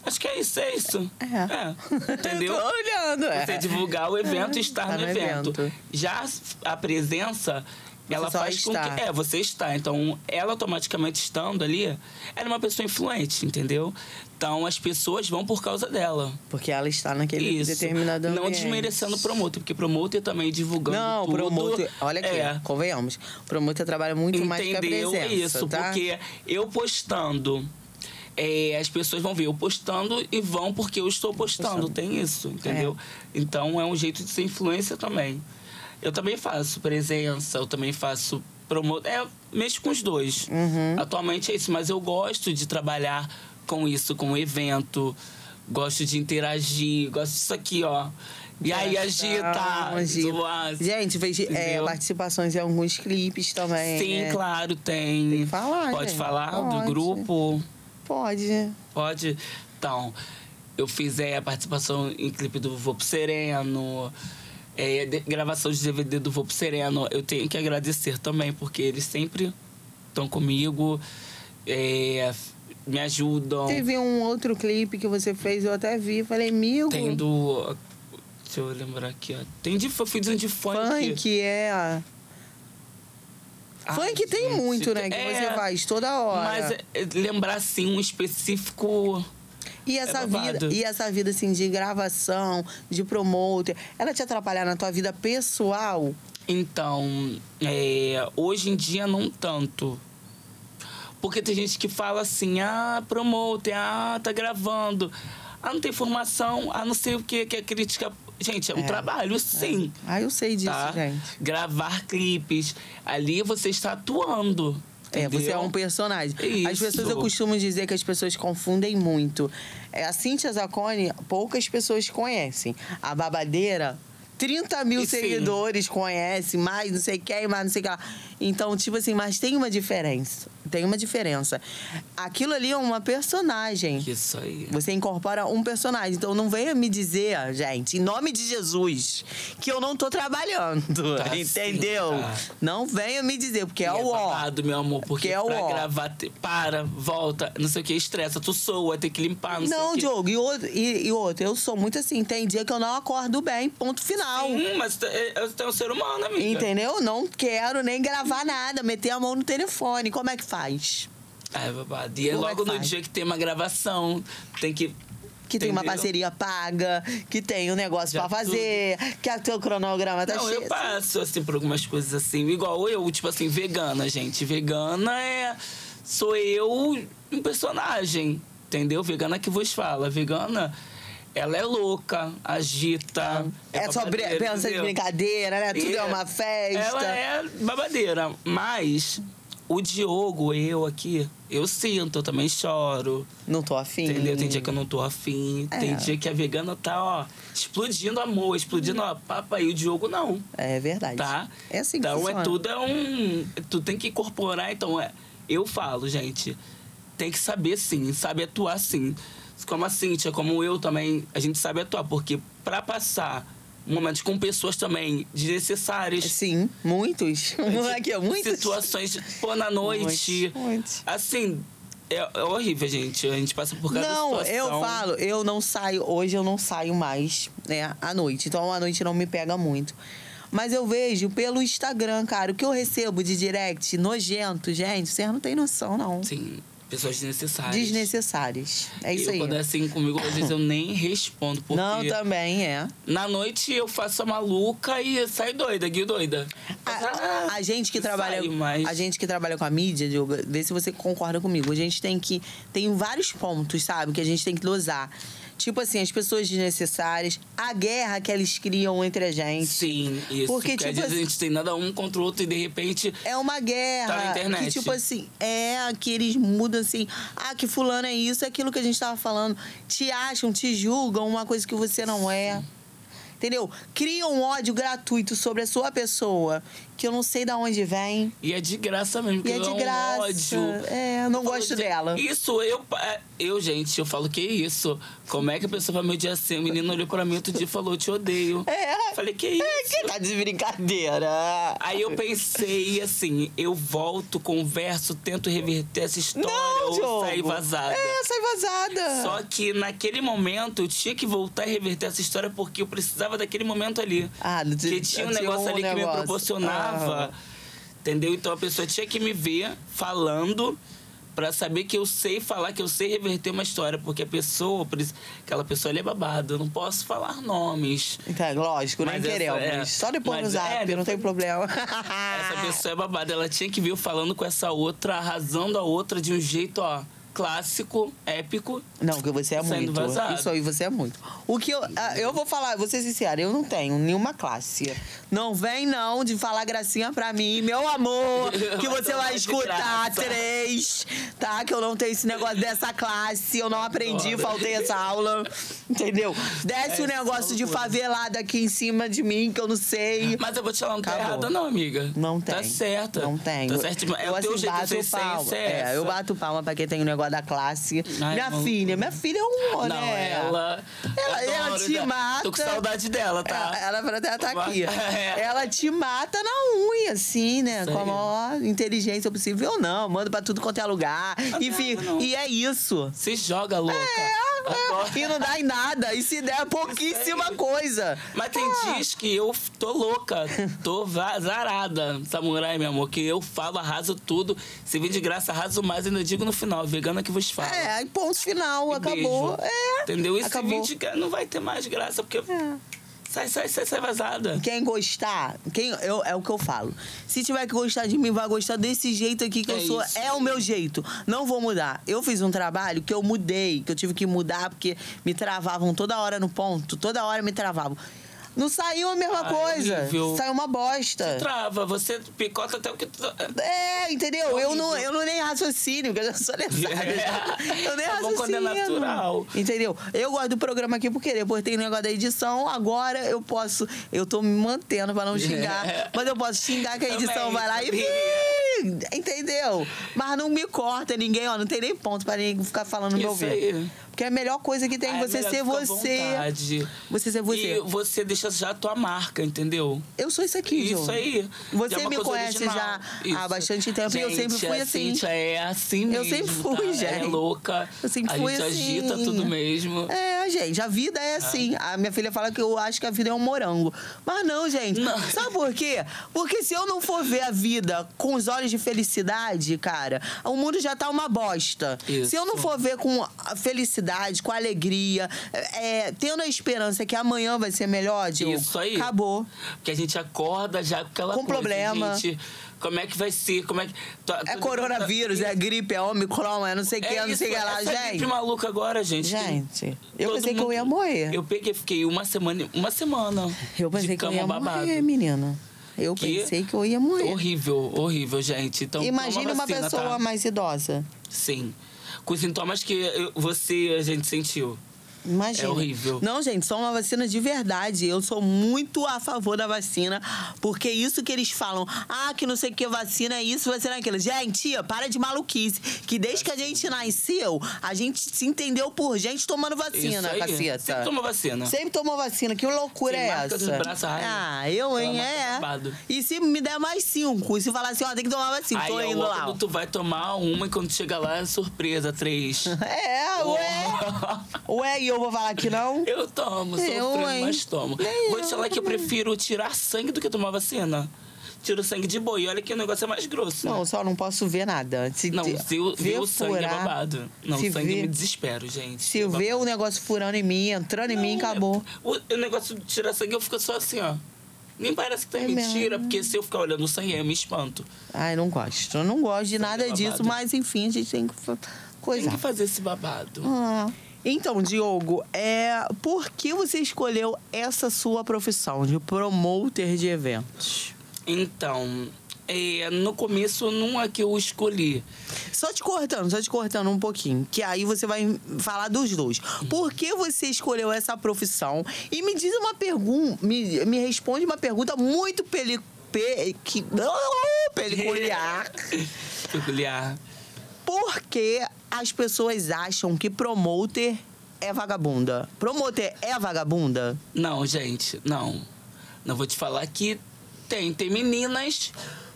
[SPEAKER 2] Acho que é isso, é isso.
[SPEAKER 1] É. [LAUGHS]
[SPEAKER 2] é entendeu?
[SPEAKER 1] Eu tô olhando, é.
[SPEAKER 2] Você divulgar o evento e estar
[SPEAKER 1] tá
[SPEAKER 2] no,
[SPEAKER 1] no
[SPEAKER 2] evento.
[SPEAKER 1] evento.
[SPEAKER 2] Já a presença, ela
[SPEAKER 1] só
[SPEAKER 2] faz com
[SPEAKER 1] está.
[SPEAKER 2] que. É, você está. Então, ela automaticamente estando ali, ela é uma pessoa influente, entendeu? Então, as pessoas vão por causa dela.
[SPEAKER 1] Porque ela está naquele
[SPEAKER 2] Isso.
[SPEAKER 1] determinado
[SPEAKER 2] Não
[SPEAKER 1] ambiente.
[SPEAKER 2] desmerecendo o promotor, porque promotor também divulgando
[SPEAKER 1] Não, o
[SPEAKER 2] tudo.
[SPEAKER 1] promotor. Olha aqui,
[SPEAKER 2] É.
[SPEAKER 1] convenhamos. O promotor trabalha muito mais que a
[SPEAKER 2] Entendeu
[SPEAKER 1] presença.
[SPEAKER 2] isso?
[SPEAKER 1] tá?
[SPEAKER 2] Porque eu postando. é, as pessoas vão ver eu postando e vão porque eu estou postando. Tem isso, entendeu? Então é um jeito de ser influência também. Eu também faço presença, eu também faço promo É, mexo com os dois.
[SPEAKER 1] Uhum.
[SPEAKER 2] Atualmente é isso, mas eu gosto de trabalhar com isso, com evento. Gosto de interagir, gosto disso aqui, ó. E aí, agita!
[SPEAKER 1] Interação, agita.
[SPEAKER 2] zoar.
[SPEAKER 1] Ah, Gente, fez é,
[SPEAKER 2] Entendeu?
[SPEAKER 1] participações em alguns clipes também.
[SPEAKER 2] Sim,
[SPEAKER 1] né?
[SPEAKER 2] claro, tem.
[SPEAKER 1] Tem que falar,
[SPEAKER 2] Pode
[SPEAKER 1] gente.
[SPEAKER 2] falar
[SPEAKER 1] Pode.
[SPEAKER 2] do grupo?
[SPEAKER 1] Pode.
[SPEAKER 2] Pode. Então, eu fiz é, a participação em clipe do Vou Pro Sereno. é, de- gravação de DVD do Vou Pro Sereno. Eu tenho que agradecer também, porque eles sempre estão comigo, é, me ajudam.
[SPEAKER 1] Teve um outro clipe que você fez, eu até vi, falei, amigo.
[SPEAKER 2] Tem do. Deixa eu lembrar aqui, ó. Tem de, eu fiz um de funk.
[SPEAKER 1] funk, é.
[SPEAKER 2] Ai,
[SPEAKER 1] funk tem
[SPEAKER 2] Ah, gente,
[SPEAKER 1] muito, né? Que
[SPEAKER 2] é,
[SPEAKER 1] você faz toda hora.
[SPEAKER 2] Mas é, é, lembrar, assim, um específico.
[SPEAKER 1] E essa, vida,
[SPEAKER 2] babado.
[SPEAKER 1] e essa vida, assim, de gravação, de promoter, ela te atrapalhar na tua vida pessoal?
[SPEAKER 2] Então, é, hoje em dia não tanto. Porque tem gente que fala assim, ah, promoter, ah, tá gravando, ah, não tem formação, ah, não sei o que, que é crítica. Gente, é um
[SPEAKER 1] É,
[SPEAKER 2] trabalho, sim.
[SPEAKER 1] Ah, eu sei disso,
[SPEAKER 2] tá?
[SPEAKER 1] gente.
[SPEAKER 2] Gravar clipes. Ali você está atuando.
[SPEAKER 1] É, você é um personagem. As
[SPEAKER 2] Isso.
[SPEAKER 1] pessoas, eu costumo dizer que as pessoas confundem muito. É, a Cintia Zacone, poucas pessoas conhecem. A Babadeira, 30 mil
[SPEAKER 2] E sim.
[SPEAKER 1] seguidores conhecem, mais não sei quem, mais não sei o que lá. Então, tipo assim, mas tem uma diferença. Tem uma diferença. Aquilo ali é uma personagem.
[SPEAKER 2] Isso aí.
[SPEAKER 1] Você incorpora um personagem. Então não venha me dizer, gente, em nome de Jesus, que eu não tô trabalhando.
[SPEAKER 2] Tá,
[SPEAKER 1] [LAUGHS] entendeu?
[SPEAKER 2] sim, tá.
[SPEAKER 1] Não venha me dizer, porque é
[SPEAKER 2] E
[SPEAKER 1] o ó.
[SPEAKER 2] babado, meu amor, porque
[SPEAKER 1] Que é o
[SPEAKER 2] pra
[SPEAKER 1] ó.
[SPEAKER 2] gravar, te- para, volta, não sei o que, estressa, tu soa, tem que limpar,
[SPEAKER 1] Não,
[SPEAKER 2] não, sei Ah, o que.
[SPEAKER 1] Diogo, e outro, e, e outro, eu sou muito assim, tem dia que eu não acordo bem, ponto final.
[SPEAKER 2] Hum, mas tu é, tu é um ser humano, amiga.
[SPEAKER 1] Entendeu? Não quero nem gravar nada, meter a mão no telefone. Como é que faz?
[SPEAKER 2] Ai, babado. E é
[SPEAKER 1] Como é
[SPEAKER 2] logo
[SPEAKER 1] que
[SPEAKER 2] no
[SPEAKER 1] faz?
[SPEAKER 2] dia que tem uma gravação, tem que.
[SPEAKER 1] Que tem uma
[SPEAKER 2] Entendeu?
[SPEAKER 1] parceria paga, que tem um negócio
[SPEAKER 2] Já
[SPEAKER 1] pra fazer, que o teu cronograma tá
[SPEAKER 2] Não,
[SPEAKER 1] cheio.
[SPEAKER 2] eu passo, assim, por algumas coisas assim. Igual eu, tipo assim, vegana, gente. Vegana é. Sou eu um personagem, entendeu? Vegana é que vos fala. Vegana, ela é louca, agita.
[SPEAKER 1] É só brin-
[SPEAKER 2] babadeira,
[SPEAKER 1] pensa de
[SPEAKER 2] entendeu?
[SPEAKER 1] brincadeira, né? Tudo é uma festa.
[SPEAKER 2] Ela é babadeira, mas o Diogo, eu aqui, eu sinto, eu também choro.
[SPEAKER 1] Não tô afim.
[SPEAKER 2] Entendeu? Tem dia que eu não tô afim,
[SPEAKER 1] É.
[SPEAKER 2] tem dia que a vegana tá, ó, explodindo amor, explodindo, ó, papai, e o Diogo não,
[SPEAKER 1] Uhum. É verdade.
[SPEAKER 2] tá?
[SPEAKER 1] É assim que
[SPEAKER 2] Então
[SPEAKER 1] funciona.
[SPEAKER 2] é tudo, é um. Tu tem que incorporar, então é. Eu falo, gente, tem que saber sim, sabe atuar sim. Como a Cíntia, como eu também, a gente sabe atuar, porque pra passar momentos com pessoas também desnecessárias
[SPEAKER 1] Sim, muitos. [LAUGHS] Aqui, ó, muitos.
[SPEAKER 2] situações, pô, na noite.
[SPEAKER 1] Muitos, muitos.
[SPEAKER 2] Assim, é, é horrível, gente. A gente passa por cada
[SPEAKER 1] Não, eu
[SPEAKER 2] situação.
[SPEAKER 1] falo, eu não saio, hoje eu não saio mais, né, à noite. Então a noite não me pega muito. Mas eu vejo pelo Instagram, cara, o que eu recebo de direct nojento, gente, vocês não têm noção, não.
[SPEAKER 2] Sim, pessoas desnecessárias.
[SPEAKER 1] Desnecessários. É isso
[SPEAKER 2] eu,
[SPEAKER 1] aí.
[SPEAKER 2] Quando é assim comigo, às vezes
[SPEAKER 1] [LAUGHS]
[SPEAKER 2] eu nem respondo, porque
[SPEAKER 1] Não, também é.
[SPEAKER 2] na noite eu faço a maluca e sai doida, guio doida.
[SPEAKER 1] A, a gente que
[SPEAKER 2] Ah, Não
[SPEAKER 1] trabalha,
[SPEAKER 2] saio mais.
[SPEAKER 1] a gente que trabalha com a mídia, Diogo, vê se você concorda comigo. A gente tem que tem vários pontos, sabe, que a gente tem que dosar. Tipo assim, as pessoas desnecessárias, a guerra que eles criam entre a gente.
[SPEAKER 2] Sim, isso.
[SPEAKER 1] Porque,
[SPEAKER 2] Porque,
[SPEAKER 1] tipo,
[SPEAKER 2] às vezes
[SPEAKER 1] assim-
[SPEAKER 2] a gente tem nada um contra o outro e de repente.
[SPEAKER 1] É uma guerra.
[SPEAKER 2] Tá na internet.
[SPEAKER 1] Que, tipo assim, é que eles mudam assim. Ah, que fulano é isso, é aquilo que a gente tava falando. Te acham, te julgam uma coisa que você não é. Entendeu? Cria um ódio gratuito sobre a sua pessoa, que eu não sei de onde vem.
[SPEAKER 2] E é de graça mesmo,
[SPEAKER 1] E
[SPEAKER 2] que
[SPEAKER 1] é de
[SPEAKER 2] um
[SPEAKER 1] graça.
[SPEAKER 2] ódio.
[SPEAKER 1] É, não
[SPEAKER 2] Falo,
[SPEAKER 1] gosto
[SPEAKER 2] "Gente,
[SPEAKER 1] dela.
[SPEAKER 2] Isso, eu, pa- eu, gente, eu falo, que isso? Como é que a pessoa vai me odiar assim? O menino olhou pra mim outro dia e falou, te odeio.
[SPEAKER 1] É.
[SPEAKER 2] Falei, que isso?
[SPEAKER 1] É, que tá de brincadeira.
[SPEAKER 2] Aí eu pensei assim, eu volto, converso, tento reverter essa história
[SPEAKER 1] Não,
[SPEAKER 2] ou
[SPEAKER 1] Diogo.
[SPEAKER 2] sair vazada.
[SPEAKER 1] É, sai vazada.
[SPEAKER 2] Só que naquele momento eu tinha que voltar e reverter essa história porque eu precisava daquele momento ali.
[SPEAKER 1] Ah, de-
[SPEAKER 2] Porque tinha um
[SPEAKER 1] tinha
[SPEAKER 2] negócio
[SPEAKER 1] um
[SPEAKER 2] ali que me
[SPEAKER 1] negócio. Ah.
[SPEAKER 2] proporcionava. Entendeu? Então a pessoa tinha que me ver falando pra saber que eu sei falar, que eu sei reverter uma história. Porque a pessoa, pres- aquela pessoa ali é babado. Eu não posso falar nomes.
[SPEAKER 1] Então, lógico, nem
[SPEAKER 2] Mas essa-
[SPEAKER 1] queremos.
[SPEAKER 2] é.
[SPEAKER 1] Só depois no
[SPEAKER 2] Mas é,
[SPEAKER 1] zap, não tem problema. [LAUGHS] Ah.
[SPEAKER 2] Essa pessoa é babada. Ela tinha que vir eu falando com essa outra, arrasando a outra de um jeito, ó, clássico, épico.
[SPEAKER 1] Não, que você é
[SPEAKER 2] Saindo
[SPEAKER 1] muito.
[SPEAKER 2] vazado.
[SPEAKER 1] Isso aí, você é muito. O que eu. ah, Eu vou falar, vou ser sincera, eu não tenho nenhuma classe. Não vem, não, de falar gracinha pra mim, meu
[SPEAKER 2] [LAUGHS]
[SPEAKER 1] amor, que
[SPEAKER 2] Vai
[SPEAKER 1] você
[SPEAKER 2] tomar
[SPEAKER 1] vai
[SPEAKER 2] de
[SPEAKER 1] escutar
[SPEAKER 2] graça.
[SPEAKER 1] três, tá? Que eu não tenho esse negócio dessa classe, eu não aprendi,
[SPEAKER 2] Adoro.
[SPEAKER 1] faltei essa aula, entendeu? Desce o
[SPEAKER 2] Essa
[SPEAKER 1] negócio de
[SPEAKER 2] É loucura.
[SPEAKER 1] favelado aqui em cima de mim, que eu não sei.
[SPEAKER 2] Mas eu vou te falar, não tá
[SPEAKER 1] Acabou.
[SPEAKER 2] errada, não, amiga.
[SPEAKER 1] Não tem.
[SPEAKER 2] Tá certa.
[SPEAKER 1] Não tem.
[SPEAKER 2] Tá certo. É
[SPEAKER 1] eu
[SPEAKER 2] o teu
[SPEAKER 1] assim,
[SPEAKER 2] jeito
[SPEAKER 1] bato
[SPEAKER 2] sem
[SPEAKER 1] palma.
[SPEAKER 2] essência,
[SPEAKER 1] É, eu
[SPEAKER 2] essa.
[SPEAKER 1] bato palma pra quem tem o negócio da classe.
[SPEAKER 2] Ai,
[SPEAKER 1] minha
[SPEAKER 2] maluco.
[SPEAKER 1] filha, minha filha é um
[SPEAKER 2] Não,
[SPEAKER 1] homem. né?
[SPEAKER 2] ela.
[SPEAKER 1] Ela- ela
[SPEAKER 2] Adoro,
[SPEAKER 1] te
[SPEAKER 2] né? Tô com
[SPEAKER 1] mata.
[SPEAKER 2] saudade dela, tá?
[SPEAKER 1] Ela, ela falou até tá aqui.
[SPEAKER 2] [LAUGHS] É.
[SPEAKER 1] Ela te mata na unha, assim, né?
[SPEAKER 2] Isso
[SPEAKER 1] Com a
[SPEAKER 2] aí.
[SPEAKER 1] maior inteligência possível. Ou não, manda pra tudo quanto é lugar. e,
[SPEAKER 2] não,
[SPEAKER 1] fica-
[SPEAKER 2] não.
[SPEAKER 1] e é isso.
[SPEAKER 2] Se joga, louca. Adoro.
[SPEAKER 1] É, [LAUGHS] e não dá em nada. E se der, é pouquíssima coisa. É.
[SPEAKER 2] Mas tem dias que eu tô louca, tô va- zarada, samurai, meu amor, que eu falo, arraso tudo. Se vem de graça, arraso mais, ainda digo no final, vegana que vos fala.
[SPEAKER 1] É, aí ponto final,
[SPEAKER 2] E
[SPEAKER 1] acabou.
[SPEAKER 2] beijo.
[SPEAKER 1] É.
[SPEAKER 2] Entendeu? Isso
[SPEAKER 1] acabou. É.
[SPEAKER 2] não vai ter mais graça, porque. Sai, sai, sai, sai vazada.
[SPEAKER 1] Quem gostar, quem, eu, é o que eu falo. Se tiver que gostar de mim, vai gostar desse jeito aqui que
[SPEAKER 2] É
[SPEAKER 1] eu sou.
[SPEAKER 2] isso.
[SPEAKER 1] É o meu jeito. Não vou mudar. Eu fiz um trabalho que eu mudei, que eu tive que mudar porque me travavam toda hora no ponto, toda hora me travavam. Não saiu a mesma
[SPEAKER 2] Ah, é
[SPEAKER 1] coisa.
[SPEAKER 2] horrível.
[SPEAKER 1] Saiu uma bosta.
[SPEAKER 2] Trava, você picota até o que. tu- tá-
[SPEAKER 1] É, entendeu?
[SPEAKER 2] É
[SPEAKER 1] Eu não,
[SPEAKER 2] horrível.
[SPEAKER 1] eu não nem raciocínio, porque eu já sou lesada.
[SPEAKER 2] É.
[SPEAKER 1] Eu nem
[SPEAKER 2] Tá bom
[SPEAKER 1] raciocínio.
[SPEAKER 2] quando é natural.
[SPEAKER 1] Entendeu? Eu gosto do programa aqui porque depois tem o negócio da edição. Agora eu posso. Eu tô me mantendo pra não xingar.
[SPEAKER 2] É.
[SPEAKER 1] Mas eu posso xingar que a
[SPEAKER 2] Também,
[SPEAKER 1] edição vai lá
[SPEAKER 2] sabia.
[SPEAKER 1] e. Entendeu? Mas não me corta ninguém, ó. Não tem nem ponto pra ninguém ficar falando no meu
[SPEAKER 2] Isso
[SPEAKER 1] ver.
[SPEAKER 2] aí.
[SPEAKER 1] Porque a melhor coisa que tem
[SPEAKER 2] Ah,
[SPEAKER 1] é você
[SPEAKER 2] melhor
[SPEAKER 1] ser
[SPEAKER 2] fica à
[SPEAKER 1] você.
[SPEAKER 2] vontade.
[SPEAKER 1] Você ser você.
[SPEAKER 2] E você deixa já a tua marca, entendeu?
[SPEAKER 1] Eu sou isso aqui, Jô.
[SPEAKER 2] Isso aí. Já é
[SPEAKER 1] Você
[SPEAKER 2] uma
[SPEAKER 1] me
[SPEAKER 2] coisa
[SPEAKER 1] conhece
[SPEAKER 2] original.
[SPEAKER 1] já há
[SPEAKER 2] Isso.
[SPEAKER 1] bastante tempo e eu
[SPEAKER 2] Gente,
[SPEAKER 1] sempre fui
[SPEAKER 2] a
[SPEAKER 1] assim.
[SPEAKER 2] Cíntia é assim mesmo.
[SPEAKER 1] Eu sempre fui,
[SPEAKER 2] tá?
[SPEAKER 1] gente.
[SPEAKER 2] É louca.
[SPEAKER 1] Eu sempre
[SPEAKER 2] a
[SPEAKER 1] fui
[SPEAKER 2] gente
[SPEAKER 1] assim.
[SPEAKER 2] agita tudo mesmo.
[SPEAKER 1] É, gente, a vida é assim.
[SPEAKER 2] Ah.
[SPEAKER 1] A minha filha fala que eu acho que a vida é um morango. Mas não, gente.
[SPEAKER 2] Não.
[SPEAKER 1] Sabe por quê? Porque se eu não for ver a vida com os olhos de felicidade, cara, o mundo já tá uma bosta.
[SPEAKER 2] Isso.
[SPEAKER 1] Se eu não for ver com a felicidade, com alegria, é, é, tendo a esperança que amanhã vai ser melhor, Diogo,
[SPEAKER 2] Isso aí.
[SPEAKER 1] acabou.
[SPEAKER 2] Porque a gente acorda já com aquela
[SPEAKER 1] Com
[SPEAKER 2] coisa,
[SPEAKER 1] problema.
[SPEAKER 2] gente. Como é que vai ser? Como é que... Tô-
[SPEAKER 1] É
[SPEAKER 2] tô-
[SPEAKER 1] coronavírus, é gripe, é omicron, é não sei o que, é não
[SPEAKER 2] isso,
[SPEAKER 1] sei o que lá,
[SPEAKER 2] essa
[SPEAKER 1] gente.
[SPEAKER 2] gripe maluca agora, gente.
[SPEAKER 1] Gente, eu
[SPEAKER 2] Todo
[SPEAKER 1] pensei que eu
[SPEAKER 2] mundo-
[SPEAKER 1] ia morrer.
[SPEAKER 2] Eu peguei, fiquei uma semana, uma semana
[SPEAKER 1] Eu pensei
[SPEAKER 2] de
[SPEAKER 1] que eu
[SPEAKER 2] cama
[SPEAKER 1] ia
[SPEAKER 2] babado.
[SPEAKER 1] morrer, menina. Eu
[SPEAKER 2] Que
[SPEAKER 1] pensei que eu ia morrer.
[SPEAKER 2] Horrível, horrível, gente. Então, toma
[SPEAKER 1] Imagina uma
[SPEAKER 2] vacina,
[SPEAKER 1] pessoa
[SPEAKER 2] tá?
[SPEAKER 1] mais idosa.
[SPEAKER 2] Sim. Com os sintomas que eu- você, a gente sentiu.
[SPEAKER 1] Imagina.
[SPEAKER 2] É horrível.
[SPEAKER 1] Não, gente, só uma vacina de verdade. Eu sou muito a favor da vacina, porque é isso que eles falam, ah, que não sei o que vacina é isso, vacina é aquilo. Gente, para de maluquice, que desde que a gente nasceu, a gente se entendeu por gente tomando vacina,
[SPEAKER 2] aí.
[SPEAKER 1] caceta.
[SPEAKER 2] Sempre toma vacina.
[SPEAKER 1] Sempre tomou vacina, que loucura
[SPEAKER 2] Sim,
[SPEAKER 1] é
[SPEAKER 2] marca dos
[SPEAKER 1] essa?
[SPEAKER 2] braços, ai.
[SPEAKER 1] ah, eu, hein?
[SPEAKER 2] Ela marca
[SPEAKER 1] É.
[SPEAKER 2] babado.
[SPEAKER 1] E se me der mais cinco, e se falar assim, ó, tem que tomar mais cinco,
[SPEAKER 2] Aí
[SPEAKER 1] tô
[SPEAKER 2] é
[SPEAKER 1] indo
[SPEAKER 2] logo
[SPEAKER 1] lá. ó.
[SPEAKER 2] tu vai tomar uma e quando chega lá é surpresa, três.
[SPEAKER 1] É, [LAUGHS] ué. Ué, e eu vou falar que não?
[SPEAKER 2] Eu tomo, sou
[SPEAKER 1] Eu,
[SPEAKER 2] frio,
[SPEAKER 1] hein?
[SPEAKER 2] mas tomo.
[SPEAKER 1] Nem
[SPEAKER 2] Vou te
[SPEAKER 1] eu
[SPEAKER 2] falar que eu
[SPEAKER 1] também.
[SPEAKER 2] prefiro tirar sangue do que tomar vacina. Tiro sangue de boi. Olha que o negócio é mais grosso. né?
[SPEAKER 1] Não, só não posso ver nada. Se
[SPEAKER 2] Não,
[SPEAKER 1] te-
[SPEAKER 2] ver, o- ver o sangue é
[SPEAKER 1] furar,
[SPEAKER 2] babado. Não,
[SPEAKER 1] se
[SPEAKER 2] o sangue
[SPEAKER 1] ver-
[SPEAKER 2] me desespero, gente.
[SPEAKER 1] Se
[SPEAKER 2] É babado.
[SPEAKER 1] ver o negócio furando em mim, entrando em mim,
[SPEAKER 2] Não, é-
[SPEAKER 1] acabou.
[SPEAKER 2] O, o negócio de tirar sangue, eu fico só assim, ó. Nem parece que tá
[SPEAKER 1] É
[SPEAKER 2] mentira,
[SPEAKER 1] mesmo.
[SPEAKER 2] porque se eu ficar olhando o sangue, eu me espanto.
[SPEAKER 1] Ai, não gosto. Eu não gosto de nada
[SPEAKER 2] é
[SPEAKER 1] disso,
[SPEAKER 2] babado.
[SPEAKER 1] mas enfim, a gente tem que fa-
[SPEAKER 2] Tem que
[SPEAKER 1] coisar.
[SPEAKER 2] fazer esse babado.
[SPEAKER 1] Ah. Então, Diogo, é, por que você escolheu essa sua profissão de promoter de eventos?
[SPEAKER 2] Então, é, no começo não é que eu escolhi. [LAUGHS]
[SPEAKER 1] Só te cortando, só te cortando um pouquinho, que aí você vai falar dos dois. Por que você escolheu essa profissão? E me diz uma pergunta, me, me responde uma pergunta muito peli, pe, que, [LAUGHS] Ah, peculiar.
[SPEAKER 2] Peculiar.
[SPEAKER 1] Por que as pessoas acham que promoter é vagabunda? Promoter é vagabunda?
[SPEAKER 2] Não, gente, não. Não vou te falar que tem. Tem meninas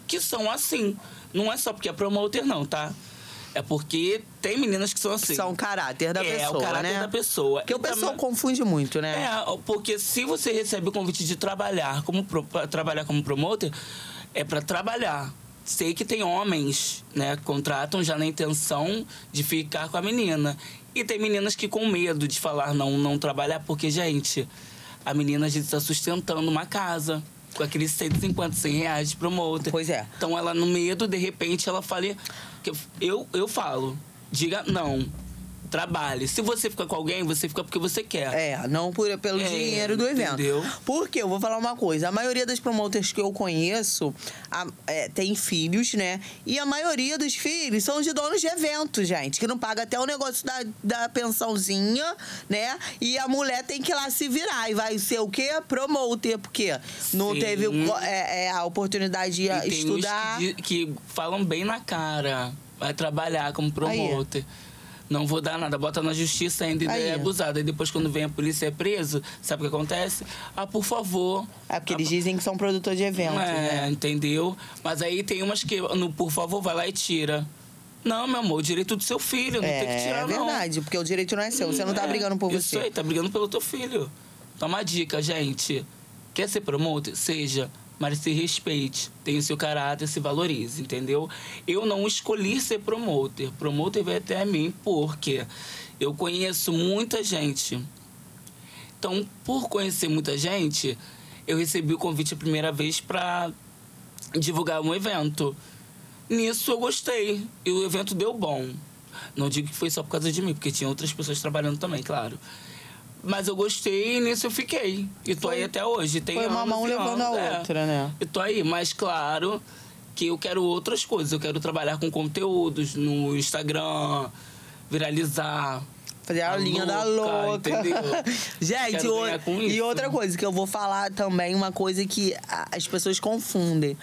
[SPEAKER 2] que são assim. Não é só porque é promoter, não, tá? É porque tem meninas que são assim.
[SPEAKER 1] São o caráter da
[SPEAKER 2] É,
[SPEAKER 1] pessoa,
[SPEAKER 2] o caráter
[SPEAKER 1] né?
[SPEAKER 2] da pessoa.
[SPEAKER 1] Porque o
[SPEAKER 2] E tam-
[SPEAKER 1] pessoal confunde muito, né?
[SPEAKER 2] É, porque se você recebe o convite de trabalhar como, pro- pra trabalhar como promoter, é pra trabalhar. Sei que tem homens, né, que contratam já na intenção de ficar com a menina. E tem meninas que com medo de falar não, não trabalhar, porque, gente, a menina, a gente tá sustentando uma casa com aqueles 150, 100 reais de promoter.
[SPEAKER 1] Pois é.
[SPEAKER 2] Então ela no medo, de repente, ela fale. que Eu, eu falo, diga não. Trabalhe. Se você fica com alguém, você fica porque você quer.
[SPEAKER 1] É, não por, pelo
[SPEAKER 2] É,
[SPEAKER 1] dinheiro do evento.
[SPEAKER 2] entendeu?
[SPEAKER 1] Porque eu vou falar uma coisa: a maioria das promoters que eu conheço a- é, tem filhos, né? E a maioria dos filhos são de donos de evento, gente, que não paga até o negócio da, da pensãozinha, né? E a mulher tem que ir lá se virar. E vai ser o quê? Promoter, porque não
[SPEAKER 2] Sim.
[SPEAKER 1] teve o- é, é, a oportunidade de
[SPEAKER 2] E tem uns
[SPEAKER 1] estudar.
[SPEAKER 2] que, di- que falam bem na cara. Vai trabalhar como
[SPEAKER 1] Aí.
[SPEAKER 2] promotor. Não vou dar nada, bota na justiça ainda e
[SPEAKER 1] Aí.
[SPEAKER 2] é abusado. E depois, quando vem a polícia e é preso, sabe o que acontece? Ah, por favor.
[SPEAKER 1] É porque eles dizem que são produtor de evento,
[SPEAKER 2] É,
[SPEAKER 1] né?
[SPEAKER 2] entendeu? Mas aí tem umas que, no por favor, vai lá e tira. Não, meu amor, o direito do seu filho, não tem que tirar,
[SPEAKER 1] É verdade, porque o direito não é seu.
[SPEAKER 2] não.
[SPEAKER 1] Você não tá
[SPEAKER 2] É,
[SPEAKER 1] brigando por
[SPEAKER 2] Isso
[SPEAKER 1] você.
[SPEAKER 2] aí, tá brigando pelo teu filho. Toma uma dica, gente. Quer ser promotor? Seja, mas se respeite. Tenha o seu caráter, se valorize, entendeu? Eu não escolhi ser promotor. Promotor veio até mim porque eu conheço muita gente. Então, por conhecer muita gente, eu recebi o convite a primeira vez pra divulgar um evento. Nisso eu gostei e o evento deu bom. Não digo que foi só por causa de mim, porque tinha outras pessoas trabalhando também, claro. Mas eu gostei e nisso eu fiquei. E tô
[SPEAKER 3] Foi-
[SPEAKER 2] aí até hoje. Tem
[SPEAKER 3] Foi uma
[SPEAKER 2] anos
[SPEAKER 3] mão
[SPEAKER 2] e
[SPEAKER 3] levando a
[SPEAKER 2] anos, é.
[SPEAKER 3] outra, né?
[SPEAKER 2] E tô aí, mas claro que eu quero outras coisas. Eu quero trabalhar com conteúdos no Instagram, viralizar.
[SPEAKER 3] Fazer a
[SPEAKER 2] A
[SPEAKER 3] aulinha da
[SPEAKER 2] Tá louca,
[SPEAKER 3] louca.
[SPEAKER 2] entendeu?
[SPEAKER 1] [LAUGHS] Gente,
[SPEAKER 2] Quero
[SPEAKER 1] o-
[SPEAKER 2] ganhar com
[SPEAKER 1] e
[SPEAKER 2] isso.
[SPEAKER 1] outra coisa que eu vou falar também, uma coisa que a- as pessoas confundem.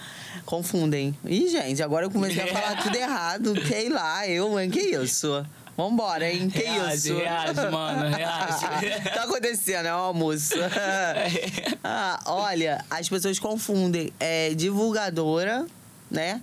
[SPEAKER 1] Confundem. Ih, gente, agora eu comecei a
[SPEAKER 2] [LAUGHS]
[SPEAKER 1] falar tudo errado. Sei lá, eu, hein? Que isso? Vambora, hein? Que
[SPEAKER 2] Reage,
[SPEAKER 1] isso?
[SPEAKER 2] reage, mano, reage.
[SPEAKER 1] [LAUGHS] tá acontecendo, é um
[SPEAKER 2] [LAUGHS]
[SPEAKER 1] almoço.
[SPEAKER 2] É.
[SPEAKER 1] [LAUGHS] Ah, olha, as pessoas confundem é, divulgadora, né?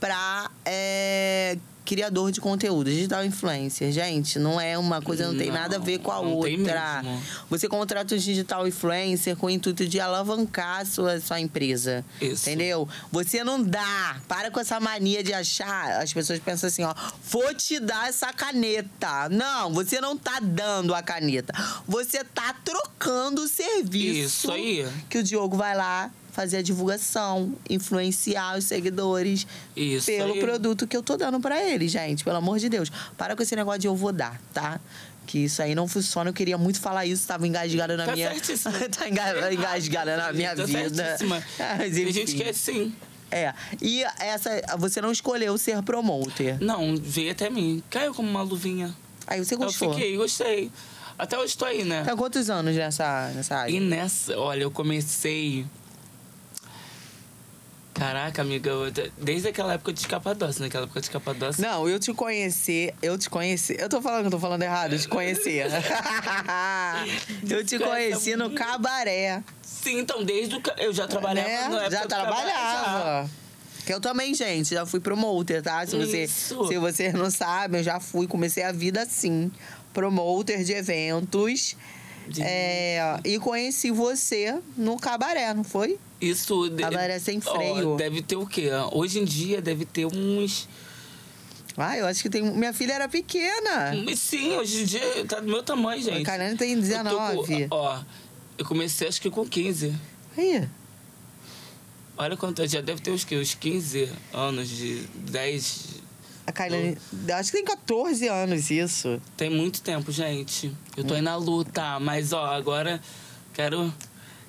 [SPEAKER 1] Pra é, criador de conteúdo, digital influencer. Gente, não é uma coisa, não, tem
[SPEAKER 2] Não,
[SPEAKER 1] nada a ver com a
[SPEAKER 2] não
[SPEAKER 1] outra.
[SPEAKER 2] tem mesmo.
[SPEAKER 1] Você contrata um digital influencer com o intuito de alavancar a sua, sua empresa.
[SPEAKER 2] Isso.
[SPEAKER 1] Entendeu? Você não dá. Para com essa mania de achar. As pessoas pensam assim, ó. Vou te dar essa caneta. Não, você não tá dando a caneta. Você tá trocando o serviço.
[SPEAKER 2] Isso aí.
[SPEAKER 1] Que o Diogo vai lá fazer a divulgação, influenciar os seguidores
[SPEAKER 2] Isso
[SPEAKER 1] pelo
[SPEAKER 2] aí.
[SPEAKER 1] produto que eu tô dando pra ele, gente. Pelo amor de Deus. Para com esse negócio de eu vou dar, tá? Que isso aí não funciona. Eu queria muito falar isso, tava engasgada na
[SPEAKER 2] Tá
[SPEAKER 1] minha.
[SPEAKER 2] certíssima.
[SPEAKER 1] [LAUGHS] tá enga- engasgada na minha
[SPEAKER 2] Tá
[SPEAKER 1] vida.
[SPEAKER 2] certíssima.
[SPEAKER 1] [LAUGHS] Mas,
[SPEAKER 2] Tem
[SPEAKER 1] enfim.
[SPEAKER 2] gente que é assim.
[SPEAKER 1] É. E essa. Você não escolheu ser promoter.
[SPEAKER 2] Não, veio até mim. Caiu como uma luvinha.
[SPEAKER 1] Aí você
[SPEAKER 2] Eu
[SPEAKER 1] gostou.
[SPEAKER 2] fiquei, gostei. Até hoje tô aí, né?
[SPEAKER 1] Tá quantos anos nessa, nessa área?
[SPEAKER 2] E nessa, olha, eu comecei. Caraca, amiga, eu- desde aquela época de escapadócia, naquela época de escapadócia.
[SPEAKER 1] Não, eu te conhecer, eu te conheci. Eu tô falando que eu tô falando errado, eu te
[SPEAKER 2] [LAUGHS]
[SPEAKER 1] conhecer. [LAUGHS] eu te conheci no cabaré.
[SPEAKER 2] Sim, então, desde o. ca- Eu já trabalhava
[SPEAKER 1] né?
[SPEAKER 2] na época
[SPEAKER 1] Já
[SPEAKER 2] do cabaré, já.
[SPEAKER 1] trabalhava. Que eu também, gente, já fui promoter, tá? Se você,
[SPEAKER 2] Isso.
[SPEAKER 1] se você não sabe, eu já fui, comecei a vida assim, promoter de eventos.
[SPEAKER 2] De-
[SPEAKER 1] É, e conheci você no cabaré, não foi?
[SPEAKER 2] Isso. de-
[SPEAKER 1] Cabaré é sem
[SPEAKER 2] ó,
[SPEAKER 1] freio.
[SPEAKER 2] deve ter o quê? Hoje em dia deve ter uns.
[SPEAKER 1] Ah, eu acho que tem. Minha filha era pequena.
[SPEAKER 2] Mas um, Sim, hoje em dia tá do meu tamanho, gente.
[SPEAKER 1] A Karine tem
[SPEAKER 2] Eu tô com-
[SPEAKER 1] 19.
[SPEAKER 2] Ó, eu comecei acho que com 15.
[SPEAKER 1] Ih,
[SPEAKER 2] Olha quanto. Já deve ter uns, quê? uns 15 anos, de 10.
[SPEAKER 1] a Karine. Acho que tem 14 anos isso.
[SPEAKER 2] Tem muito tempo, gente. Eu tô aí na luta, mas ó, agora quero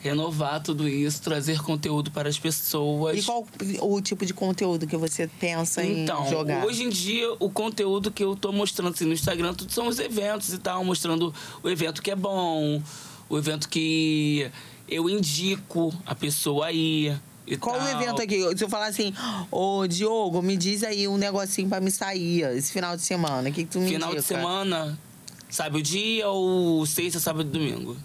[SPEAKER 2] renovar tudo isso, trazer conteúdo para as pessoas.
[SPEAKER 1] E qual o tipo de conteúdo que você pensa
[SPEAKER 2] então,
[SPEAKER 1] em jogar?
[SPEAKER 2] hoje em dia, o conteúdo que eu tô mostrando assim, no Instagram, tudo são os eventos e tal, mostrando o evento que é bom, o evento que eu indico a pessoa aí. E
[SPEAKER 1] Qual o
[SPEAKER 2] tal.
[SPEAKER 1] evento aqui? Se eu falar assim, ô Diogo, me diz aí um negocinho pra me sair esse final de semana. O que, que tu me
[SPEAKER 2] Final de
[SPEAKER 1] indica?
[SPEAKER 2] semana, sabe o dia ou sexta, sábado e domingo?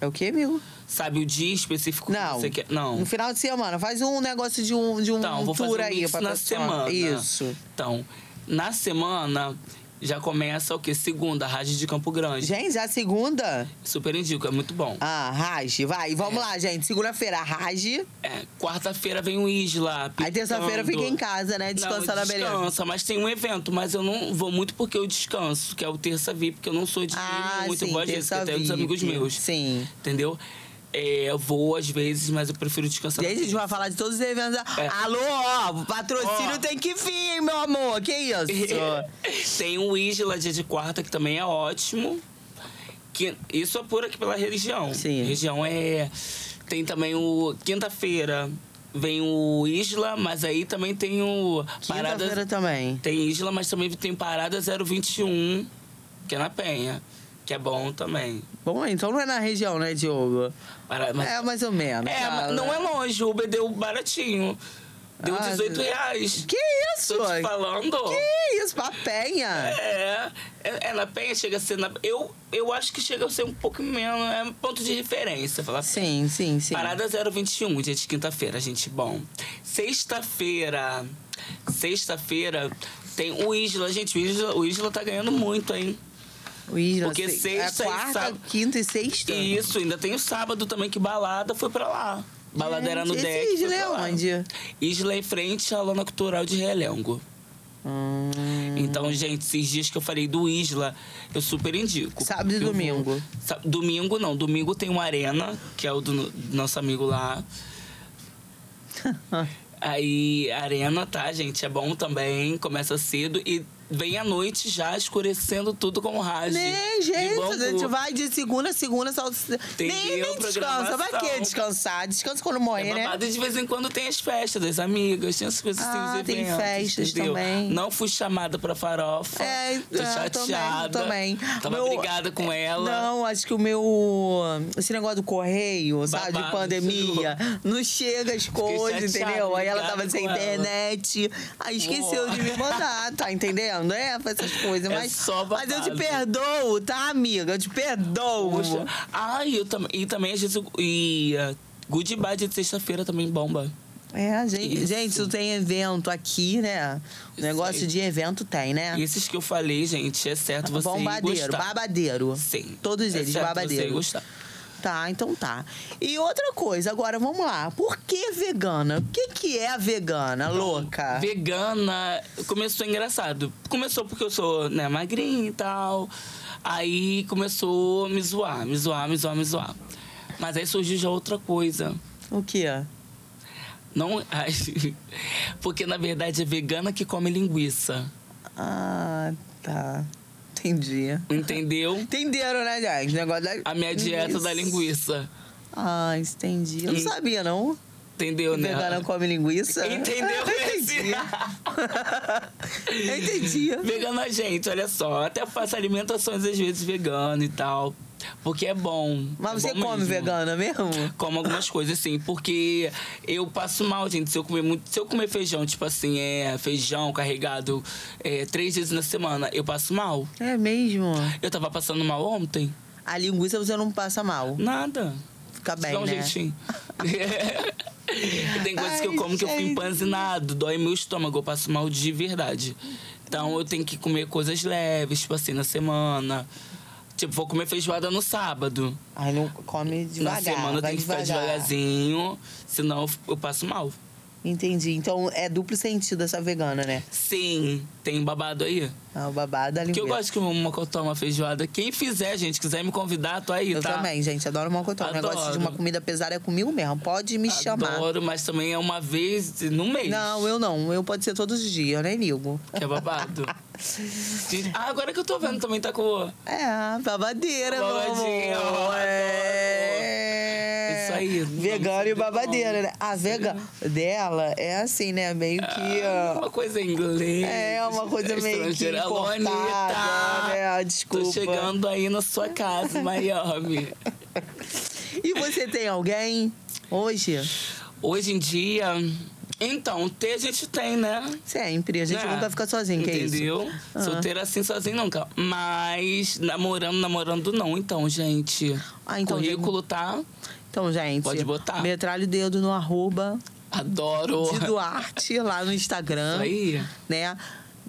[SPEAKER 1] É o quê, amigo?
[SPEAKER 2] Sabe o dia específico
[SPEAKER 1] Não.
[SPEAKER 2] que você quer? Não.
[SPEAKER 1] No final de semana, faz um negócio de um, de um
[SPEAKER 2] Então, vou
[SPEAKER 1] tour
[SPEAKER 2] fazer um
[SPEAKER 1] aí
[SPEAKER 2] mix
[SPEAKER 1] pra
[SPEAKER 2] na
[SPEAKER 1] pessoa.
[SPEAKER 2] semana.
[SPEAKER 1] Isso.
[SPEAKER 2] Então, na semana já começa o quê? Segunda, Rádio de Campo Grande.
[SPEAKER 1] Gente, já é segunda?
[SPEAKER 2] Super indico, é muito bom.
[SPEAKER 1] Ah, Raj, vai. Vamos
[SPEAKER 2] É.
[SPEAKER 1] lá, gente. Segunda-feira, Raj.
[SPEAKER 2] É, quarta-feira vem o Isla.
[SPEAKER 1] Aí terça-feira
[SPEAKER 2] pintando.
[SPEAKER 1] fica em casa, né?
[SPEAKER 2] Então, não,
[SPEAKER 1] Descansando a beleza.
[SPEAKER 2] descansa, mas tem um evento, mas eu não vou muito porque eu descanso, que é o terça VIP, porque eu não sou de ir
[SPEAKER 1] Ah,
[SPEAKER 2] muito
[SPEAKER 1] sim,
[SPEAKER 2] eu gosto de
[SPEAKER 1] terça
[SPEAKER 2] ter uns amigos
[SPEAKER 1] VIP.
[SPEAKER 2] meus.
[SPEAKER 1] Sim.
[SPEAKER 2] Entendeu? É, eu vou às vezes, mas eu prefiro descansar.
[SPEAKER 1] Gente, a gente vai falar de todos os eventos. né?
[SPEAKER 2] É.
[SPEAKER 1] Alô, ó, o patrocínio
[SPEAKER 2] Ó.
[SPEAKER 1] tem que vir, hein, meu amor. Que
[SPEAKER 2] [LAUGHS]
[SPEAKER 1] isso?
[SPEAKER 2] Tem o Isla dia de quarta, que também é ótimo. Que, isso é por aqui pela região.
[SPEAKER 1] Sim.
[SPEAKER 2] Região é. Tem também o. Quinta-feira vem o Isla, mas aí também tem o.
[SPEAKER 1] Quinta-feira também.
[SPEAKER 2] Tem Isla, mas também tem Parada 021, que é na Penha. Que é bom também.
[SPEAKER 1] Bom, então não é na região, né, Diogo?
[SPEAKER 2] Parada- mas-
[SPEAKER 1] É, mais ou menos.
[SPEAKER 2] É,
[SPEAKER 1] tá?
[SPEAKER 2] mas não é longe. O Uber deu baratinho. Deu
[SPEAKER 1] Ah,
[SPEAKER 2] 18 reais.
[SPEAKER 1] Que isso?
[SPEAKER 2] Tô te falando.
[SPEAKER 1] Que isso, papenha?
[SPEAKER 2] É, é, é na Penha chega a ser na. Eu, eu acho que chega a ser um pouco menos. É um ponto de referência. Falar
[SPEAKER 1] Sim,
[SPEAKER 2] assim,
[SPEAKER 1] sim, sim.
[SPEAKER 2] Parada 021, dia de quinta-feira, um, gente. Bom. Sexta-feira. Sexta-feira tem o Isla. Gente, o Isla, o Isla tá ganhando muito, hein?
[SPEAKER 1] O Isla,
[SPEAKER 2] Porque
[SPEAKER 1] se-
[SPEAKER 2] sexta
[SPEAKER 1] é
[SPEAKER 2] e
[SPEAKER 1] quarta,
[SPEAKER 2] sábado.
[SPEAKER 1] quinta e sexta?
[SPEAKER 2] E isso, ainda tem o sábado também, que balada foi pra lá. Balada era no
[SPEAKER 1] Gente,
[SPEAKER 2] deck.
[SPEAKER 1] Esse Isla
[SPEAKER 2] foi
[SPEAKER 1] é
[SPEAKER 2] pra lá.
[SPEAKER 1] onde?
[SPEAKER 2] Isla é em frente à lona cultural de Relengo.
[SPEAKER 1] Hum,
[SPEAKER 2] Então, gente, esses dias que eu falei do Isla, eu super indico.
[SPEAKER 1] Sábado e
[SPEAKER 2] Eu vou-
[SPEAKER 1] domingo.
[SPEAKER 2] Sa- Domingo não, domingo tem uma arena, que é o do no- do nosso amigo lá.
[SPEAKER 1] Hum. [LAUGHS]
[SPEAKER 2] Aí, arena, tá, gente? É bom também, começa cedo. E vem à noite já escurecendo tudo como rádio.
[SPEAKER 1] Né,
[SPEAKER 2] de
[SPEAKER 1] gente, a
[SPEAKER 2] Bangu.
[SPEAKER 1] gente vai de segunda a segunda, só... nem,
[SPEAKER 2] Entendeu?
[SPEAKER 1] nem descansa. Vai
[SPEAKER 2] Programação.
[SPEAKER 1] que descansar? Descansa quando
[SPEAKER 2] É
[SPEAKER 1] morrer, né?
[SPEAKER 2] babado. E de vez em quando tem as festas das amigas, tem as coisas assim,
[SPEAKER 1] Ah,
[SPEAKER 2] os
[SPEAKER 1] tem
[SPEAKER 2] eventos.
[SPEAKER 1] festas
[SPEAKER 2] entendeu?
[SPEAKER 1] também.
[SPEAKER 2] Não fui chamada pra farofa.
[SPEAKER 1] É,
[SPEAKER 2] tô
[SPEAKER 1] é,
[SPEAKER 2] chateada.
[SPEAKER 1] também, também.
[SPEAKER 2] Tava
[SPEAKER 1] Meu- é,
[SPEAKER 2] brigada com ela.
[SPEAKER 1] Não, acho que o meu. Esse negócio do correio, sabe? De
[SPEAKER 2] Babado, é
[SPEAKER 1] pandemia. Não chega as coisas,
[SPEAKER 2] chateada,
[SPEAKER 1] entendeu? Aí ela
[SPEAKER 2] brigada
[SPEAKER 1] tava sem
[SPEAKER 2] com ela.
[SPEAKER 1] internet. Aí esqueceu
[SPEAKER 2] Boa.
[SPEAKER 1] de me mandar, tá entendendo? É, essas coisas.
[SPEAKER 2] [LAUGHS] É
[SPEAKER 1] Mas,
[SPEAKER 2] só
[SPEAKER 1] mas eu te
[SPEAKER 2] babado.
[SPEAKER 1] perdoo, tá, amiga? Eu te perdoo.
[SPEAKER 2] Poxa. Ah, e, eu tam e também às vezes. E uh, Goodbye de sexta-feira também bomba.
[SPEAKER 1] É, gente,
[SPEAKER 2] Isso.
[SPEAKER 1] gente, isso tem evento aqui, né? O
[SPEAKER 2] Isso
[SPEAKER 1] negócio
[SPEAKER 2] aí.
[SPEAKER 1] de evento tem, né?
[SPEAKER 2] E esses que eu falei, gente, é certo você
[SPEAKER 1] Bombadeiro,
[SPEAKER 2] gostar.
[SPEAKER 1] babadeiro.
[SPEAKER 2] Sim.
[SPEAKER 1] Todos
[SPEAKER 2] é
[SPEAKER 1] eles,
[SPEAKER 2] certo Você
[SPEAKER 1] babadeiro.
[SPEAKER 2] gostar.
[SPEAKER 1] Tá, então tá. E outra coisa, agora vamos lá. Por que vegana? O que, que é a vegana, louca?
[SPEAKER 2] Vegana começou engraçado. Começou porque eu sou, né, magrinha e tal. Aí começou a me zoar, me zoar, me zoar, me zoar. Mas aí surgiu já outra coisa.
[SPEAKER 1] O quê?
[SPEAKER 2] Não. ai, [LAUGHS] Porque na verdade é vegana que come linguiça.
[SPEAKER 1] Ah, tá. Entendi.
[SPEAKER 2] Entendeu?
[SPEAKER 1] Entenderam, né, gente? O negócio da...
[SPEAKER 2] A minha dieta da linguiça.
[SPEAKER 1] Ah, entendi. Eu não
[SPEAKER 2] Hum.
[SPEAKER 1] sabia, não.
[SPEAKER 2] Entendeu, né?
[SPEAKER 1] Vegana come linguiça. [LAUGHS]
[SPEAKER 2] Entendeu
[SPEAKER 1] entendi. Eu entendi.
[SPEAKER 2] Vegana, gente, olha só. Até faço alimentações às vezes vegana e tal. Porque é bom. é
[SPEAKER 1] Mas você
[SPEAKER 2] bom
[SPEAKER 1] come
[SPEAKER 2] mesmo.
[SPEAKER 1] vegana mesmo?
[SPEAKER 2] Como algumas coisas, assim, porque eu passo mal, gente. Se eu comer muito. Se eu comer feijão, tipo assim, é feijão carregado é, três vezes na semana, eu passo mal.
[SPEAKER 1] É mesmo?
[SPEAKER 2] Eu tava passando mal ontem.
[SPEAKER 1] A linguiça você não passa mal.
[SPEAKER 2] Nada.
[SPEAKER 1] Fica bem,
[SPEAKER 2] Dá um
[SPEAKER 1] né? [LAUGHS]
[SPEAKER 2] jeitinho. Tem coisas que eu
[SPEAKER 1] Ai,
[SPEAKER 2] como que eu fico
[SPEAKER 1] gente.
[SPEAKER 2] empanzinado, dói meu estômago, eu passo mal de verdade. Então eu tenho que comer coisas leves, tipo assim, na semana. Tipo, vou comer feijoada no sábado.
[SPEAKER 1] Aí não come devagar.
[SPEAKER 2] na semana eu
[SPEAKER 1] vai
[SPEAKER 2] tenho que ficar devagarzinho, senão eu f- eu passo mal.
[SPEAKER 1] Entendi. Então é duplo sentido essa vegana, né?
[SPEAKER 2] Sim, tem um babado aí.
[SPEAKER 1] Ah, o babado da
[SPEAKER 2] Porque
[SPEAKER 1] linguiça.
[SPEAKER 2] eu gosto que uma cotó, uma feijoada. Quem fizer, gente, quiser me convidar, tô aí,
[SPEAKER 1] Eu
[SPEAKER 2] tá?
[SPEAKER 1] também, gente. Adoro mocotó. O negócio
[SPEAKER 2] Adoro.
[SPEAKER 1] de uma comida pesada é comigo mesmo. Pode me chamar.
[SPEAKER 2] Adoro, mas também é uma vez no mês.
[SPEAKER 1] Não, eu não. Eu pode ser todos os dias, eu nem ligo.
[SPEAKER 2] Que
[SPEAKER 1] [LAUGHS]
[SPEAKER 2] é babado. Gente, ah, agora que eu tô vendo também tá com.
[SPEAKER 1] É, babadeira, meu
[SPEAKER 2] Babadinho,
[SPEAKER 1] amor.
[SPEAKER 2] adoro.
[SPEAKER 1] É.
[SPEAKER 2] Isso aí, vamos
[SPEAKER 1] Vegano e
[SPEAKER 2] saber
[SPEAKER 1] babadeira,
[SPEAKER 2] como.
[SPEAKER 1] né? A vega
[SPEAKER 2] Uhum.
[SPEAKER 1] dela é assim, né? Meio que.
[SPEAKER 2] Ah,
[SPEAKER 1] ó,
[SPEAKER 2] uma coisa em inglês.
[SPEAKER 1] É, uma coisa meio que
[SPEAKER 2] estrangeira. Alô,
[SPEAKER 1] importada,
[SPEAKER 2] Anitta!
[SPEAKER 1] né? Desculpa.
[SPEAKER 2] Tô chegando aí na sua casa, em Miami.
[SPEAKER 1] E você tem alguém hoje?
[SPEAKER 2] Hoje em dia. Então, ter a gente tem, né?
[SPEAKER 1] Sempre. A gente
[SPEAKER 2] Né?
[SPEAKER 1] nunca fica sozinho, que é isso?
[SPEAKER 2] Entendeu?
[SPEAKER 1] Ah.
[SPEAKER 2] Solteira assim, sozinho nunca. Mas namorando, namorando não. Então, gente.
[SPEAKER 1] Ah, então,
[SPEAKER 2] currículo, tá?
[SPEAKER 1] Então, gente.
[SPEAKER 2] Pode botar.
[SPEAKER 1] Metralha o dedo no arroba
[SPEAKER 2] Adoro.
[SPEAKER 1] de Duarte lá no
[SPEAKER 2] Isso
[SPEAKER 1] Instagram.
[SPEAKER 2] aí.
[SPEAKER 1] Né?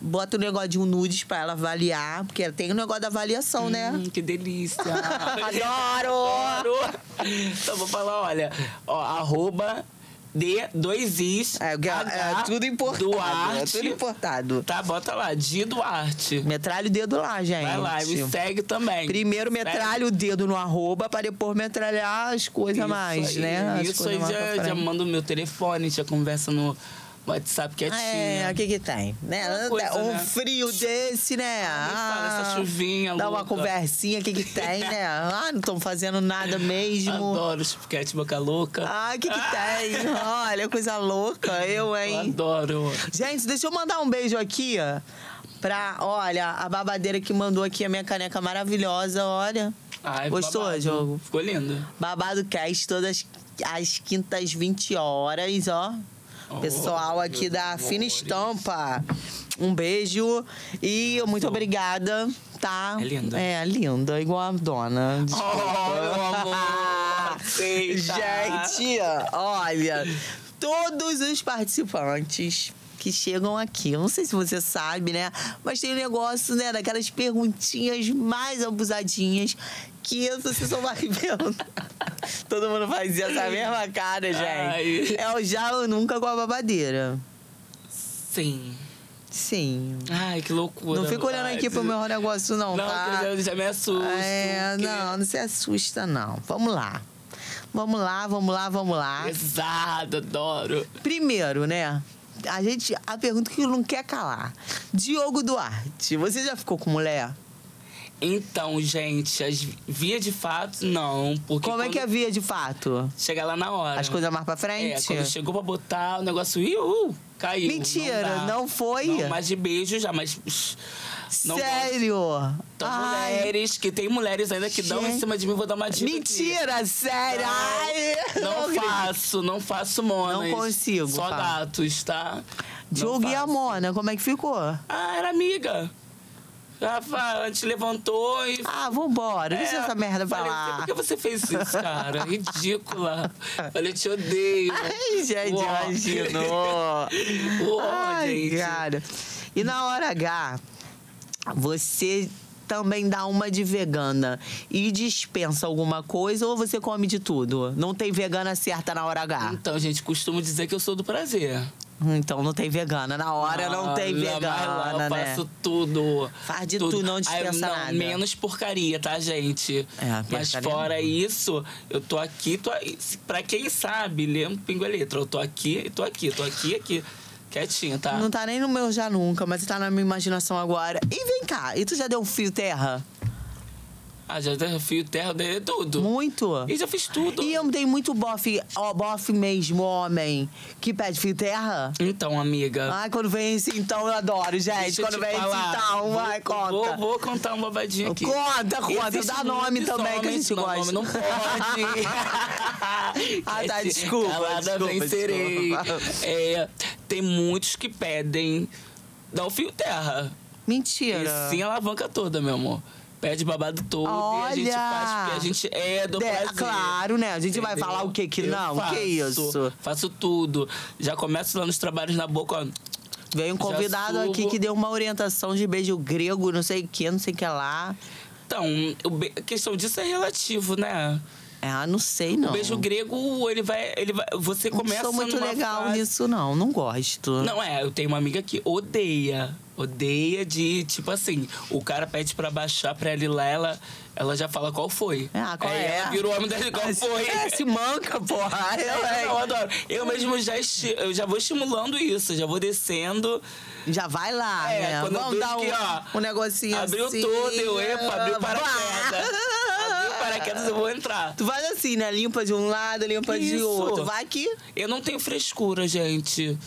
[SPEAKER 1] Bota o negócio de um nudes pra ela avaliar, porque tem o negócio da avaliação, né?
[SPEAKER 2] Hum,
[SPEAKER 1] [LAUGHS]
[SPEAKER 2] que delícia.
[SPEAKER 1] Adoro!
[SPEAKER 2] Então vou falar, olha, ó, arroba de dois is.
[SPEAKER 1] É, porque é,
[SPEAKER 2] H,
[SPEAKER 1] é tudo importado.
[SPEAKER 2] Duarte.
[SPEAKER 1] É tudo importado.
[SPEAKER 2] Tá, bota lá, de Duarte.
[SPEAKER 1] Metralha o dedo lá, gente.
[SPEAKER 2] Vai lá, me segue também.
[SPEAKER 1] Primeiro metralha o dedo no arroba pra depois metralhar as coisas
[SPEAKER 2] Isso
[SPEAKER 1] a mais,
[SPEAKER 2] aí,
[SPEAKER 1] né? As
[SPEAKER 2] Isso
[SPEAKER 1] coisas
[SPEAKER 2] aí
[SPEAKER 1] mais pra
[SPEAKER 2] já, já
[SPEAKER 1] frente.
[SPEAKER 2] manda o meu telefone, já conversa no WhatsApp quietinho.
[SPEAKER 1] É, o que que tem? Né?
[SPEAKER 2] Uma coisa,
[SPEAKER 1] um
[SPEAKER 2] né?
[SPEAKER 1] frio desse, né?
[SPEAKER 2] Nem fala essa chuvinha
[SPEAKER 1] Dá uma
[SPEAKER 2] louca.
[SPEAKER 1] conversinha, o que que tem,
[SPEAKER 2] [LAUGHS]
[SPEAKER 1] né? Ah, não estão fazendo nada mesmo.
[SPEAKER 2] Adoro tipo chupquete é boca louca.
[SPEAKER 1] Ah, o que que tem?
[SPEAKER 2] [LAUGHS]
[SPEAKER 1] Olha, coisa louca, eu,
[SPEAKER 2] Eu
[SPEAKER 1] hein?
[SPEAKER 2] adoro.
[SPEAKER 1] Gente, deixa eu mandar um beijo aqui, ó. Pra, olha, a babadeira que mandou aqui a minha caneca maravilhosa, olha.
[SPEAKER 2] Ai,
[SPEAKER 1] Gostou,
[SPEAKER 2] babado.
[SPEAKER 1] Diogo?
[SPEAKER 2] Ficou
[SPEAKER 1] [LAUGHS]
[SPEAKER 2] lindo.
[SPEAKER 1] Babado Cast, todas as quintas, 20 horas, ó. Pessoal
[SPEAKER 2] Oh,
[SPEAKER 1] aqui
[SPEAKER 2] meus
[SPEAKER 1] da Fina
[SPEAKER 2] amores.
[SPEAKER 1] Estampa. Um beijo e muito obrigada, tá?
[SPEAKER 2] É linda.
[SPEAKER 1] É, linda, igual a dona.
[SPEAKER 2] Oh, meu amor.
[SPEAKER 1] [LAUGHS]
[SPEAKER 2] Aceita.
[SPEAKER 1] Gente, olha, todos os participantes que chegam aqui, eu não sei se você sabe, né? Mas tem um negócio, né, daquelas perguntinhas mais abusadinhas que você só vai [LAUGHS] vendo. Todo mundo fazia essa mesma cara, gente.
[SPEAKER 2] Ai.
[SPEAKER 1] É o já ou nunca com a babadeira.
[SPEAKER 2] Sim.
[SPEAKER 1] Sim.
[SPEAKER 2] Ai, que loucura.
[SPEAKER 1] Não fica olhando
[SPEAKER 2] Ai,
[SPEAKER 1] aqui pro meu negócio, não,
[SPEAKER 2] Não,
[SPEAKER 1] tá?
[SPEAKER 2] que eu já, já me assusto.
[SPEAKER 1] É,
[SPEAKER 2] que-
[SPEAKER 1] não, não se assusta, não. Vamos lá. Vamos lá, vamos lá, vamos lá.
[SPEAKER 2] Pesado, adoro.
[SPEAKER 1] Primeiro, né? a gente. A pergunta que não quer calar. Diogo Duarte, você já ficou com mulher?
[SPEAKER 2] Então, gente, as via de fato, não. Porque
[SPEAKER 1] Como é
[SPEAKER 2] quando
[SPEAKER 1] que é via de fato?
[SPEAKER 2] Chega lá na hora.
[SPEAKER 1] As coisas mais pra
[SPEAKER 2] É,
[SPEAKER 1] frente?
[SPEAKER 2] quando chegou pra botar, o negócio iu, caiu.
[SPEAKER 1] Mentira,
[SPEAKER 2] dá.
[SPEAKER 1] não foi?
[SPEAKER 2] Não, mas de beijo já, mas. psh, Não gosto.
[SPEAKER 1] Sério?
[SPEAKER 2] Então,
[SPEAKER 1] Ai,
[SPEAKER 2] mulheres, que tem mulheres ainda que dão em
[SPEAKER 1] Gente.
[SPEAKER 2] cima de mim, vou dar uma dica. aqui.
[SPEAKER 1] Mentira, sério!
[SPEAKER 2] é tipo Não,
[SPEAKER 1] Ai,
[SPEAKER 2] Não
[SPEAKER 1] acredito.
[SPEAKER 2] faço, não faço monas.
[SPEAKER 1] Não consigo,
[SPEAKER 2] Só
[SPEAKER 1] Fábio.
[SPEAKER 2] gatos, tá?
[SPEAKER 1] Diogo
[SPEAKER 2] Não
[SPEAKER 1] e a
[SPEAKER 2] faço.
[SPEAKER 1] Mona, como é que ficou?
[SPEAKER 2] Ah, era amiga. Ela fa- a gente levantou e.
[SPEAKER 1] Ah, vambora, deixa
[SPEAKER 2] É,
[SPEAKER 1] essa merda pra
[SPEAKER 2] falei,
[SPEAKER 1] lá.
[SPEAKER 2] Por que você fez isso,
[SPEAKER 1] [LAUGHS]
[SPEAKER 2] cara? Ridícula. Falei, eu te odeio.
[SPEAKER 1] Ai, gente,
[SPEAKER 2] Uó. [LAUGHS]
[SPEAKER 1] imaginou.
[SPEAKER 2] Uó,
[SPEAKER 1] Ai, ah.
[SPEAKER 2] gente.
[SPEAKER 1] cara. E na hora H, você também dá uma de vegana e dispensa alguma coisa ou você come de tudo? Não tem vegana certa na hora H.
[SPEAKER 2] Então, gente, costumo dizer que eu sou do prazer.
[SPEAKER 1] Então não tem vegana. Na hora não, tem
[SPEAKER 2] Olha, mas lá
[SPEAKER 1] vegana,
[SPEAKER 2] Ah, Eu
[SPEAKER 1] né?
[SPEAKER 2] faço tudo.
[SPEAKER 1] Faz de tudo, não
[SPEAKER 2] Aí,
[SPEAKER 1] dispensa
[SPEAKER 2] não,
[SPEAKER 1] nada.
[SPEAKER 2] Menos porcaria, tá, gente?
[SPEAKER 1] É,
[SPEAKER 2] Mas
[SPEAKER 1] porcaria
[SPEAKER 2] fora
[SPEAKER 1] não.
[SPEAKER 2] isso, eu tô aqui, tô aí. Pra quem sabe, lê um pingo a letra. Eu tô aqui, e tô aqui, tô aqui, aqui. Quietinho, tá?
[SPEAKER 1] Não tá nem no meu já nunca, mas tá na minha imaginação agora. E vem cá, e tu já deu um fio terra?
[SPEAKER 2] Ah, já fio terra, dei tudo.
[SPEAKER 1] Muito?
[SPEAKER 2] E já fiz tudo.
[SPEAKER 1] E eu dei muito bofe, ó, bofe mesmo, homem, que pede fio terra.
[SPEAKER 2] Então, amiga.
[SPEAKER 1] Ai, quando vem esse então, eu adoro, gente.
[SPEAKER 2] deixa eu
[SPEAKER 1] quando
[SPEAKER 2] te
[SPEAKER 1] vem
[SPEAKER 2] falar.
[SPEAKER 1] esse então,
[SPEAKER 2] Vou-
[SPEAKER 1] vai, conta.
[SPEAKER 2] Vou, vou contar um babadinho aqui.
[SPEAKER 1] Conta, conta.
[SPEAKER 2] Existe
[SPEAKER 1] Dá
[SPEAKER 2] muitos
[SPEAKER 1] nome também, que a
[SPEAKER 2] homens-
[SPEAKER 1] gente
[SPEAKER 2] não,
[SPEAKER 1] gosta.
[SPEAKER 2] Nome não pode.
[SPEAKER 1] [LAUGHS] Ah, tá,
[SPEAKER 2] Esse-
[SPEAKER 1] desculpa,
[SPEAKER 2] Calada
[SPEAKER 1] desculpa,
[SPEAKER 2] vencerei.
[SPEAKER 1] desculpa.
[SPEAKER 2] É, tem muitos que pedem. Dá o fio terra. E
[SPEAKER 1] Mentira.
[SPEAKER 2] sim alavanca toda, meu amor. Pede babado todo e a gente
[SPEAKER 1] Olha!
[SPEAKER 2] faz porque a gente é do
[SPEAKER 1] É,
[SPEAKER 2] prazer.
[SPEAKER 1] claro, né? A gente vai falar o quê que
[SPEAKER 2] Eu
[SPEAKER 1] não? Que isso?
[SPEAKER 2] Faço tudo. Já começo lá nos trabalhos na boca, ó.
[SPEAKER 1] Veio um
[SPEAKER 2] Já
[SPEAKER 1] convidado
[SPEAKER 2] subo.
[SPEAKER 1] aqui que deu uma orientação de beijo grego, não sei o que, não sei o que lá.
[SPEAKER 2] Então, o be- a questão disso é relativo, né?
[SPEAKER 1] Ah, não sei, não.
[SPEAKER 2] O beijo grego, ele vai. Ele vai você
[SPEAKER 1] Não
[SPEAKER 2] começa
[SPEAKER 1] sou muito
[SPEAKER 2] numa
[SPEAKER 1] legal
[SPEAKER 2] fase-
[SPEAKER 1] nisso, não. Não gosto.
[SPEAKER 2] Não, é, eu tenho uma amiga que odeia. Odeia de, tipo assim, o cara pede pra baixar pra ela ir lá, ela, ela já fala qual foi.
[SPEAKER 1] Ah, qual
[SPEAKER 2] Aí
[SPEAKER 1] é?
[SPEAKER 2] ela vira o homem dela
[SPEAKER 1] [LAUGHS]
[SPEAKER 2] qual
[SPEAKER 1] Ah, se-
[SPEAKER 2] foi.
[SPEAKER 1] É, se manca, porra. Eu,
[SPEAKER 2] É, [LAUGHS] não, eu
[SPEAKER 1] é.
[SPEAKER 2] adoro. Eu mesmo já, esti- eu já vou estimulando isso, já vou descendo.
[SPEAKER 1] Já vai lá,
[SPEAKER 2] É,
[SPEAKER 1] né?
[SPEAKER 2] quando eu
[SPEAKER 1] Vamos
[SPEAKER 2] vejo
[SPEAKER 1] dar um,
[SPEAKER 2] que, ó,
[SPEAKER 1] um negocinho
[SPEAKER 2] abriu
[SPEAKER 1] assim.
[SPEAKER 2] tudo, eu, epa, abriu o
[SPEAKER 1] Vá!
[SPEAKER 2] paraquedas. Abriu
[SPEAKER 1] [LAUGHS]
[SPEAKER 2] o paraquedas, eu vou entrar.
[SPEAKER 1] Tu faz assim, né? Limpa de um lado, limpa de
[SPEAKER 2] Isso.
[SPEAKER 1] outro. Vai que
[SPEAKER 2] Eu não tenho frescura, gente.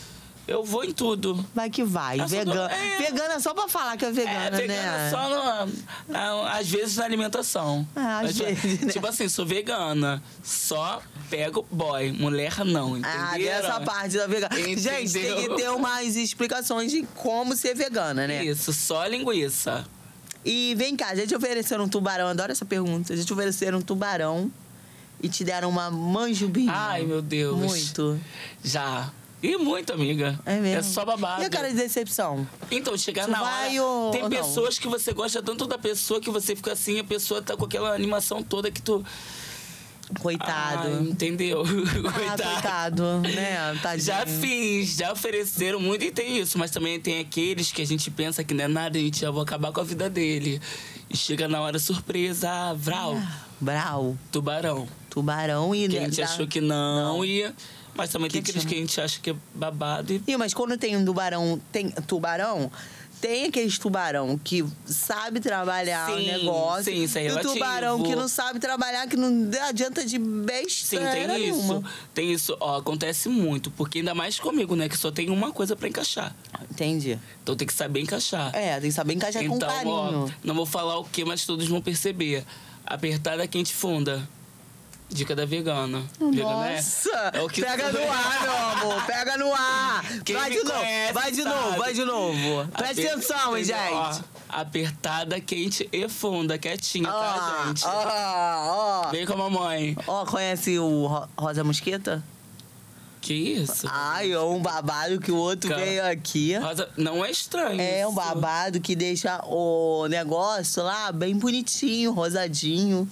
[SPEAKER 2] Eu vou em tudo.
[SPEAKER 1] vai. Que vai.
[SPEAKER 2] Eu sou
[SPEAKER 1] Vegana.
[SPEAKER 2] do- é.
[SPEAKER 1] Vegana só pra falar que é
[SPEAKER 2] É,
[SPEAKER 1] vegana,
[SPEAKER 2] vegana
[SPEAKER 1] né?
[SPEAKER 2] só no, na- às vezes na alimentação.
[SPEAKER 1] Ah, às
[SPEAKER 2] Mas,
[SPEAKER 1] vezes, né?
[SPEAKER 2] Tipo assim, sou vegana. Só pego boy. Mulher não, entendeu?
[SPEAKER 1] Ah, dessa parte da vegana. Gente, tem que
[SPEAKER 2] Entendeu?
[SPEAKER 1] ter umas explicações de como ser vegana, né?
[SPEAKER 2] Isso, só linguiça.
[SPEAKER 1] E vem cá, já te ofereceram um tubarão? Adoro essa pergunta. Já te ofereceram um tubarão e te deram uma manjubinha?
[SPEAKER 2] Ai, meu Deus.
[SPEAKER 1] Muito.
[SPEAKER 2] Já. E muito, amiga.
[SPEAKER 1] É mesmo.
[SPEAKER 2] só babado.
[SPEAKER 1] E a cara de decepção?
[SPEAKER 2] Então, chegar
[SPEAKER 1] Tu
[SPEAKER 2] na
[SPEAKER 1] vai
[SPEAKER 2] hora.
[SPEAKER 1] ou-
[SPEAKER 2] tem
[SPEAKER 1] ou não?
[SPEAKER 2] pessoas que você gosta tanto da pessoa que você fica assim, a pessoa tá com aquela animação toda que tu.
[SPEAKER 1] Coitado.
[SPEAKER 2] Ah, entendeu? [LAUGHS] Coitado.
[SPEAKER 1] Ah, coitado, né? Tadinho.
[SPEAKER 2] Já fiz, já ofereceram muito e tem isso, mas também tem aqueles que a gente pensa que não é nada, a gente já vou acabar com a vida dele. E chega na hora surpresa, ah, Vral,
[SPEAKER 1] Brau,
[SPEAKER 2] tubarão.
[SPEAKER 1] tubarão e...
[SPEAKER 2] Que a gente
[SPEAKER 1] dá-
[SPEAKER 2] achou que não, e. Mas também tem
[SPEAKER 1] Que
[SPEAKER 2] aqueles
[SPEAKER 1] tinha.
[SPEAKER 2] que a gente acha que é babado e.
[SPEAKER 1] Ih, mas quando tem um tubarão, tem tubarão, tem aqueles tubarão que sabe trabalhar o
[SPEAKER 2] Sim,
[SPEAKER 1] negócio.
[SPEAKER 2] sim, isso é
[SPEAKER 1] e o
[SPEAKER 2] relativo.
[SPEAKER 1] tubarão que não sabe trabalhar, que não adianta de
[SPEAKER 2] Sim,
[SPEAKER 1] besteira
[SPEAKER 2] tem
[SPEAKER 1] nenhuma.
[SPEAKER 2] isso. Tem isso, ó, acontece muito, porque ainda mais comigo, né? Que só tem uma coisa pra encaixar.
[SPEAKER 1] Entendi.
[SPEAKER 2] Então tem que saber encaixar.
[SPEAKER 1] É, tem que saber encaixar com carinho.
[SPEAKER 2] Então, ó, não vou falar o que, mas todos vão perceber. Apertada quente funda. Dica da vegana. Vegana é-
[SPEAKER 1] Nossa!
[SPEAKER 2] é o que
[SPEAKER 1] Pega
[SPEAKER 2] tu-
[SPEAKER 1] no ar, meu amor! Pega no ar!
[SPEAKER 2] Quem
[SPEAKER 1] vai
[SPEAKER 2] me
[SPEAKER 1] de novo!
[SPEAKER 2] conhece
[SPEAKER 1] vai de
[SPEAKER 2] sabe.
[SPEAKER 1] novo, vai de novo! Presta
[SPEAKER 2] Aper-
[SPEAKER 1] atenção, hein,
[SPEAKER 2] Entendeu? Ó,
[SPEAKER 1] gente!
[SPEAKER 2] apertada, é quente e funda. Quietinha, tá,
[SPEAKER 1] Ó,
[SPEAKER 2] gente?
[SPEAKER 1] ó, ó!
[SPEAKER 2] Vem com a mamãe.
[SPEAKER 1] Ó, conhece o Ro- Rosa Mosqueta?
[SPEAKER 2] Que isso?
[SPEAKER 1] Ai, ó, um babado que o outro
[SPEAKER 2] Cara.
[SPEAKER 1] veio aqui.
[SPEAKER 2] Rosa, não é estranho.
[SPEAKER 1] É um
[SPEAKER 2] isso.
[SPEAKER 1] babado que deixa o negócio lá bem bonitinho, rosadinho.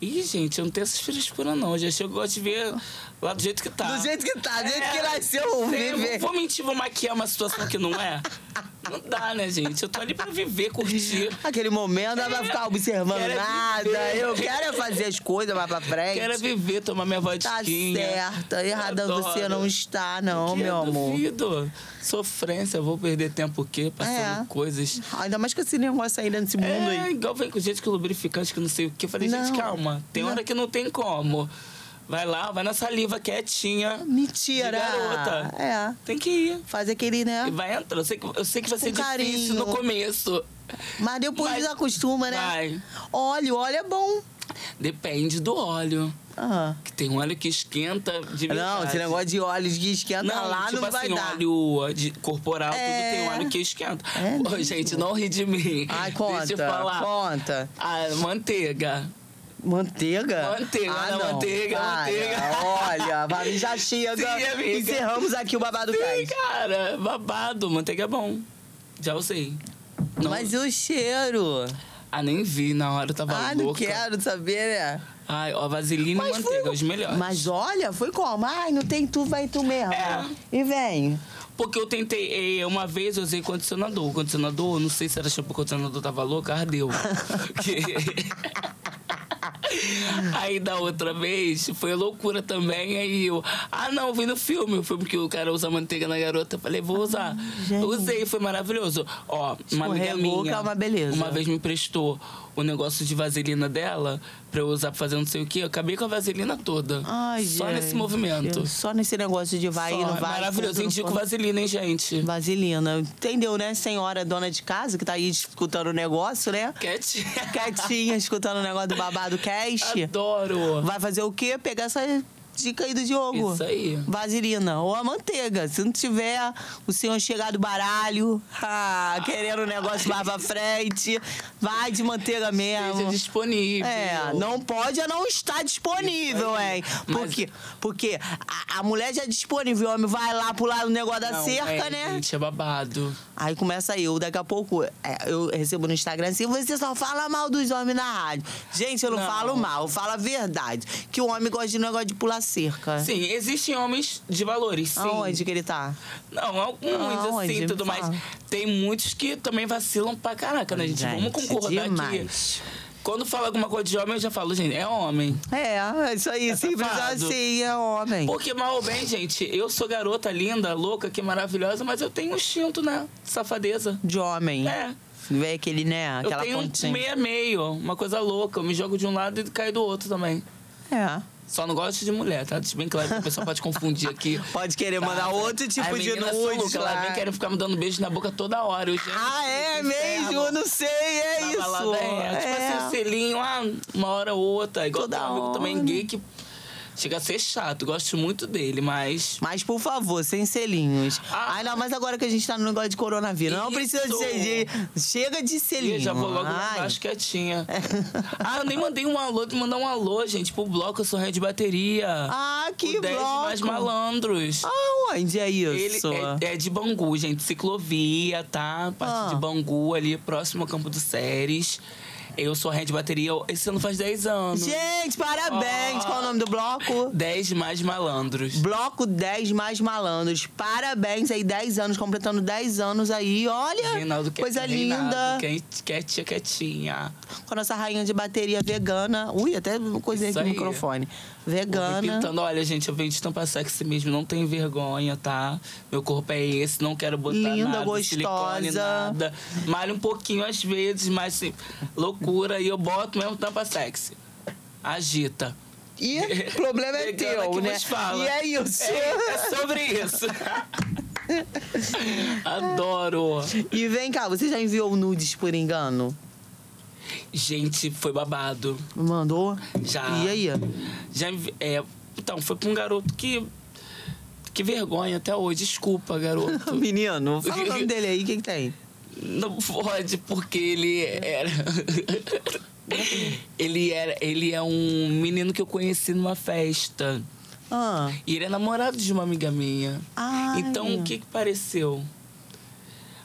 [SPEAKER 2] Ih, gente, eu não tenho essas frescuras, não. Já chegou a te ver lá do jeito que tá.
[SPEAKER 1] Do jeito que tá, do jeito
[SPEAKER 2] É,
[SPEAKER 1] que nasceu o
[SPEAKER 2] sei, eu
[SPEAKER 1] bebê.
[SPEAKER 2] Vou mentir, vou maquiar uma situação que não é. Não dá, né, gente? Eu tô ali pra viver, curtir.
[SPEAKER 1] Aquele momento, ela vai ficar observando
[SPEAKER 2] Quero é
[SPEAKER 1] nada.
[SPEAKER 2] viver.
[SPEAKER 1] Eu quero é fazer as coisas, mais pra frente.
[SPEAKER 2] Quero é viver, tomar minha
[SPEAKER 1] tá
[SPEAKER 2] vodquinha.
[SPEAKER 1] certa. Errada
[SPEAKER 2] Adoro.
[SPEAKER 1] você não está, não,
[SPEAKER 2] Que
[SPEAKER 1] um meu
[SPEAKER 2] eu
[SPEAKER 1] amor.
[SPEAKER 2] Duvido. Sofrência, vou perder tempo o quê? Passando
[SPEAKER 1] É.
[SPEAKER 2] coisas.
[SPEAKER 1] Ainda mais com esse negócio ainda nesse mundo
[SPEAKER 2] É,
[SPEAKER 1] aí.
[SPEAKER 2] igual vem com gente que lubrificante, que não sei o que. Eu falei,
[SPEAKER 1] Não.
[SPEAKER 2] gente, calma. Tem
[SPEAKER 1] Não.
[SPEAKER 2] hora que não tem como. Vai lá, vai na saliva quietinha.
[SPEAKER 1] Mentira.
[SPEAKER 2] De garota.
[SPEAKER 1] É.
[SPEAKER 2] Tem que ir.
[SPEAKER 1] Faz aquele, né?
[SPEAKER 2] E vai entrando. Eu sei que, eu sei que vai ser
[SPEAKER 1] Com
[SPEAKER 2] difícil no
[SPEAKER 1] carinho.
[SPEAKER 2] começo.
[SPEAKER 1] Mas depois
[SPEAKER 2] Mas-
[SPEAKER 1] acostuma, né?
[SPEAKER 2] Vai.
[SPEAKER 1] Óleo, óleo é bom.
[SPEAKER 2] Depende do óleo.
[SPEAKER 1] Ah.
[SPEAKER 2] Que tem um óleo que esquenta de
[SPEAKER 1] Não,
[SPEAKER 2] verdade.
[SPEAKER 1] esse negócio de óleo que esquenta
[SPEAKER 2] Não,
[SPEAKER 1] lá
[SPEAKER 2] tipo
[SPEAKER 1] não vai
[SPEAKER 2] assim,
[SPEAKER 1] dar.
[SPEAKER 2] óleo de corporal,
[SPEAKER 1] É.
[SPEAKER 2] tudo tem óleo que esquenta.
[SPEAKER 1] É
[SPEAKER 2] Ô, gente, não ri de mim.
[SPEAKER 1] Ai,
[SPEAKER 2] Deixa
[SPEAKER 1] conta,
[SPEAKER 2] eu falar.
[SPEAKER 1] conta.
[SPEAKER 2] A manteiga.
[SPEAKER 1] Manteiga?
[SPEAKER 2] Manteiga,
[SPEAKER 1] ah,
[SPEAKER 2] não,
[SPEAKER 1] não.
[SPEAKER 2] manteiga,
[SPEAKER 1] Para,
[SPEAKER 2] manteiga.
[SPEAKER 1] Olha, pra mim já chega.
[SPEAKER 2] Sim, amiga.
[SPEAKER 1] Encerramos aqui o babado
[SPEAKER 2] Sim,
[SPEAKER 1] cast.
[SPEAKER 2] cara, babado. Manteiga é bom. Já usei. Não,
[SPEAKER 1] Mas e o cheiro?
[SPEAKER 2] Ah, nem vi na hora, eu tava
[SPEAKER 1] Ah,
[SPEAKER 2] louca.
[SPEAKER 1] não quero saber, né?
[SPEAKER 2] Ai, ó, vaselina e
[SPEAKER 1] Mas
[SPEAKER 2] manteiga,
[SPEAKER 1] foi- um
[SPEAKER 2] os melhores.
[SPEAKER 1] Mas olha, foi como? Ai, não tem tu, vai tu mesmo.
[SPEAKER 2] É.
[SPEAKER 1] E vem.
[SPEAKER 2] Porque eu tentei, eh, uma vez eu usei condicionador. O condicionador, não sei se era shampoo, o condicionador tava louco, ardeu. [LAUGHS] Que- aí da outra vez, foi loucura também. Aí eu, ah não, vi no filme, o filme que o cara usa manteiga na garota. Falei, vou usar.
[SPEAKER 1] Ah, gente.
[SPEAKER 2] Usei, foi maravilhoso. Ó, uma amiga
[SPEAKER 1] Escorregou, que
[SPEAKER 2] minha,
[SPEAKER 1] é uma beleza.
[SPEAKER 2] uma vez me emprestou o negócio de vaselina dela, pra eu usar pra fazer não sei o quê. Eu acabei com a vaselina toda.
[SPEAKER 1] Ai,
[SPEAKER 2] só
[SPEAKER 1] gente.
[SPEAKER 2] nesse movimento.
[SPEAKER 1] Só nesse negócio de vai e
[SPEAKER 2] Só, é
[SPEAKER 1] não vai.
[SPEAKER 2] maravilhoso.
[SPEAKER 1] compra, não
[SPEAKER 2] Indico
[SPEAKER 1] compra.
[SPEAKER 2] vaselina, hein, gente?
[SPEAKER 1] Vaselina. Entendeu, né, senhora dona de casa que tá aí escutando o negócio, né?
[SPEAKER 2] Cat.
[SPEAKER 1] Quietinha, escutando o negócio do babado cast.
[SPEAKER 2] Adoro.
[SPEAKER 1] Vai fazer o quê? Pegar essa dica aí do Diogo.
[SPEAKER 2] Isso aí.
[SPEAKER 1] Vaselina ou a manteiga. Se não tiver o senhor chegar do baralho, ah, querendo o negócio mais pra frente, vai de manteiga
[SPEAKER 2] Seja
[SPEAKER 1] mesmo.
[SPEAKER 2] é disponível.
[SPEAKER 1] É, não pode é não estar disponível,
[SPEAKER 2] Isso aí.
[SPEAKER 1] hein?
[SPEAKER 2] Mas-
[SPEAKER 1] Porque, porque a, a mulher já é disponível, o homem vai lá pular no negócio da
[SPEAKER 2] Não,
[SPEAKER 1] cerca,
[SPEAKER 2] é,
[SPEAKER 1] né?
[SPEAKER 2] Gente, é babado.
[SPEAKER 1] Aí começa eu, daqui a pouco é, eu recebo no Instagram assim, você só fala mal dos homens na rádio. Gente, eu não,
[SPEAKER 2] Não.
[SPEAKER 1] falo mal, eu falo a verdade. Que o homem gosta de um negócio de pular cerca.
[SPEAKER 2] Sim, existem homens de valores, sim.
[SPEAKER 1] É. Aonde que ele tá?
[SPEAKER 2] Não, alguns,
[SPEAKER 1] Aonde?
[SPEAKER 2] assim, tudo mais.
[SPEAKER 1] Fala.
[SPEAKER 2] Tem muitos que também vacilam pra caraca, né, gente? Vamos
[SPEAKER 1] Gente,
[SPEAKER 2] concordar
[SPEAKER 1] demais.
[SPEAKER 2] que... Quando fala alguma coisa de homem, eu já falo, gente, é homem.
[SPEAKER 1] É, é isso aí, simples
[SPEAKER 2] safado.
[SPEAKER 1] assim, é homem.
[SPEAKER 2] Porque, mal ou bem, gente, eu sou garota linda, louca, que maravilhosa, mas eu tenho um instinto, né? Safadeza.
[SPEAKER 1] De homem.
[SPEAKER 2] É.
[SPEAKER 1] Vê aquele, né?
[SPEAKER 2] Eu
[SPEAKER 1] Aquela
[SPEAKER 2] tenho
[SPEAKER 1] pontinha.
[SPEAKER 2] um meia meio, uma coisa louca. Eu me jogo de um lado e caio do outro também.
[SPEAKER 1] É.
[SPEAKER 2] Só não gosto de mulher, tá? Deixa bem claro que a pessoa pode
[SPEAKER 1] [LAUGHS]
[SPEAKER 2] confundir aqui.
[SPEAKER 1] Pode querer mandar outro tipo
[SPEAKER 2] As
[SPEAKER 1] de
[SPEAKER 2] meninas são loucas,
[SPEAKER 1] nude.
[SPEAKER 2] Elas
[SPEAKER 1] lá.
[SPEAKER 2] nem querem ficar me dando beijo na boca toda hora. Eu já
[SPEAKER 1] Ah, é
[SPEAKER 2] me
[SPEAKER 1] mesmo?
[SPEAKER 2] ferro.
[SPEAKER 1] Eu não sei, é
[SPEAKER 2] Na
[SPEAKER 1] isso.
[SPEAKER 2] balada, é. Tipo assim, um selinho, ah, uma hora ou outra. Igual
[SPEAKER 1] Toda
[SPEAKER 2] tem um amigo também
[SPEAKER 1] hora.
[SPEAKER 2] gay que chega a ser chato. Gosto muito dele, mas...
[SPEAKER 1] Mas, por favor, sem selinhos.
[SPEAKER 2] Ah.
[SPEAKER 1] Ainda mais agora que a gente tá no negócio de coronavírus. Não
[SPEAKER 2] Isso.
[SPEAKER 1] precisa de selinho. Chega de
[SPEAKER 2] Ih,
[SPEAKER 1] selinho.
[SPEAKER 2] eu já vou logo lá
[SPEAKER 1] Ai.
[SPEAKER 2] embaixo quietinha. ah, eu nem mandei um alô, tem que mandar um alô, gente, pro bloco, eu sou rei de bateria.
[SPEAKER 1] [LAUGHS] Ah, que
[SPEAKER 2] o 10 mais
[SPEAKER 1] bloco.
[SPEAKER 2] malandros.
[SPEAKER 1] Aonde é
[SPEAKER 2] Ah, Ele
[SPEAKER 1] isso?
[SPEAKER 2] é, é de Bangu, gente. Ciclovia, tá?
[SPEAKER 1] Ah.
[SPEAKER 2] Parte de Bangu, ali, próximo ao Campo do Séries. Eu sou rei de bateria. Esse ano faz 10 anos.
[SPEAKER 1] Gente, parabéns.
[SPEAKER 2] Ó.
[SPEAKER 1] Qual é o nome do bloco?
[SPEAKER 2] 10 mais malandros.
[SPEAKER 1] Bloco 10 Mais Malandros. Parabéns aí, 10 anos, completando 10 anos aí. Olha,
[SPEAKER 2] Reinaldo que-
[SPEAKER 1] coisa
[SPEAKER 2] Reinaldo,
[SPEAKER 1] linda.
[SPEAKER 2] quie- Quietinha, quietinha.
[SPEAKER 1] Com a nossa rainha de bateria vegana. Ui, até coisinha
[SPEAKER 2] Isso
[SPEAKER 1] aqui no
[SPEAKER 2] aí.
[SPEAKER 1] microfone.
[SPEAKER 2] Vou me
[SPEAKER 1] Vegana.
[SPEAKER 2] pintando. Olha, gente, eu venho de tampa sexy mesmo. Não tenho vergonha, tá? Meu corpo é esse. Não quero botar
[SPEAKER 1] Linda,
[SPEAKER 2] nada. Silicone,
[SPEAKER 1] gostosa.
[SPEAKER 2] nada. Malho um pouquinho às vezes, mas assim, loucura. E eu boto mesmo tampa sexy. Agita.
[SPEAKER 1] E
[SPEAKER 2] [LAUGHS]
[SPEAKER 1] o problema é
[SPEAKER 2] Vegana que
[SPEAKER 1] teu, né?
[SPEAKER 2] nos fala.
[SPEAKER 1] E é isso.
[SPEAKER 2] É, é sobre isso. [LAUGHS] Adoro.
[SPEAKER 1] E vem cá, você já enviou nudes por engano?
[SPEAKER 2] Gente, foi babado.
[SPEAKER 1] Mandou?
[SPEAKER 2] Já.
[SPEAKER 1] E
[SPEAKER 2] [LAUGHS]
[SPEAKER 1] aí?
[SPEAKER 2] Já envi- é, então, foi pra um garoto que. Que vergonha até hoje.
[SPEAKER 1] [LAUGHS]
[SPEAKER 2] Desculpa, garoto.
[SPEAKER 1] Menino,
[SPEAKER 2] [LAUGHS]
[SPEAKER 1] fala o nome dele aí, o que, que tem?
[SPEAKER 2] Não pode, porque ele era. [LAUGHS] ele era. Ele é um menino que eu conheci numa festa.
[SPEAKER 1] Ah,
[SPEAKER 2] E ele é namorado de uma amiga minha.
[SPEAKER 1] Ai.
[SPEAKER 2] Então, o que que pareceu?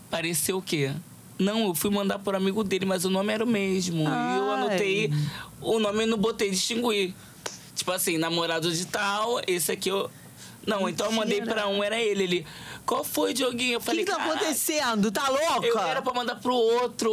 [SPEAKER 2] Pareceu o quê? Não, eu fui mandar por amigo dele, mas o nome era o mesmo. E eu
[SPEAKER 1] Ai.
[SPEAKER 2] anotei o nome e não botei distinguir. Tipo assim, namorado de tal, esse aqui eu... Não, então eu mandei
[SPEAKER 1] Mentira.
[SPEAKER 2] pra um, era ele. Ele, Qual foi, Dioguinho? Eu
[SPEAKER 1] O que,
[SPEAKER 2] falei,
[SPEAKER 1] que tá
[SPEAKER 2] "Caralho,
[SPEAKER 1] acontecendo? Tá louca?
[SPEAKER 2] Eu era pra mandar pro outro.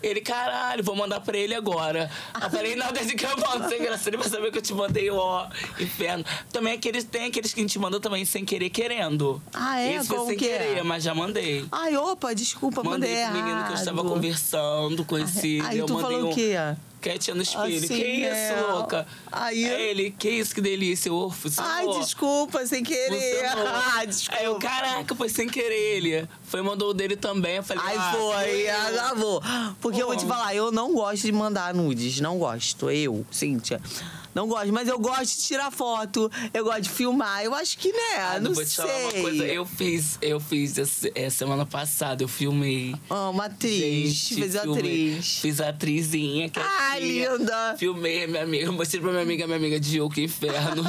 [SPEAKER 2] Ele, caralho, vou mandar pra ele agora. Eu falei, não, desde que eu mando sem graça, ele vai saber que eu te mandei, ó, inferno. Também aqueles, tem aqueles que a gente mandou também sem querer, querendo.
[SPEAKER 1] Ah, é?
[SPEAKER 2] Esse foi
[SPEAKER 1] Como
[SPEAKER 2] sem
[SPEAKER 1] que é?
[SPEAKER 2] querer, mas já mandei.
[SPEAKER 1] Ai, opa, desculpa, mandei.
[SPEAKER 2] Mandei pro menino que eu estava
[SPEAKER 1] errado.
[SPEAKER 2] conversando com esse.
[SPEAKER 1] Aí
[SPEAKER 2] eu
[SPEAKER 1] tu
[SPEAKER 2] mandei
[SPEAKER 1] falou
[SPEAKER 2] um-
[SPEAKER 1] o quê?
[SPEAKER 2] Cat no espelho.
[SPEAKER 1] Assim,
[SPEAKER 2] que isso,
[SPEAKER 1] é.
[SPEAKER 2] louca?
[SPEAKER 1] Aí-
[SPEAKER 2] ele, que isso, que delícia, ô, funcionou.
[SPEAKER 1] Ai, desculpa, sem [LAUGHS] querer.
[SPEAKER 2] Funcionou.
[SPEAKER 1] Ah, desculpa.
[SPEAKER 2] Aí eu, caraca, foi sem querer ele. Foi, mandou o dele também. Eu falei,
[SPEAKER 1] Aí
[SPEAKER 2] ah,
[SPEAKER 1] foi,
[SPEAKER 2] eu.
[SPEAKER 1] agravou. Porque eu vou te
[SPEAKER 2] Bom.
[SPEAKER 1] falar, eu não gosto de mandar nudes, não gosto. Eu, Cíntia, não gosto. Mas eu gosto de tirar foto, eu gosto de filmar. Eu acho que, né,
[SPEAKER 2] Ah,
[SPEAKER 1] não
[SPEAKER 2] vou te
[SPEAKER 1] sei.
[SPEAKER 2] falar uma coisa. Eu fiz, eu fiz essa, é, semana passada, eu filmei.
[SPEAKER 1] Ah, uma atriz,
[SPEAKER 2] Gente,
[SPEAKER 1] fez
[SPEAKER 2] filmei.
[SPEAKER 1] atriz.
[SPEAKER 2] Fiz a atrizinha. Que é
[SPEAKER 1] Ah,
[SPEAKER 2] aqui.
[SPEAKER 1] linda.
[SPEAKER 2] Filmei a minha amiga, mostrei pra minha amiga, minha amiga de
[SPEAKER 1] [LAUGHS]
[SPEAKER 2] que inferno.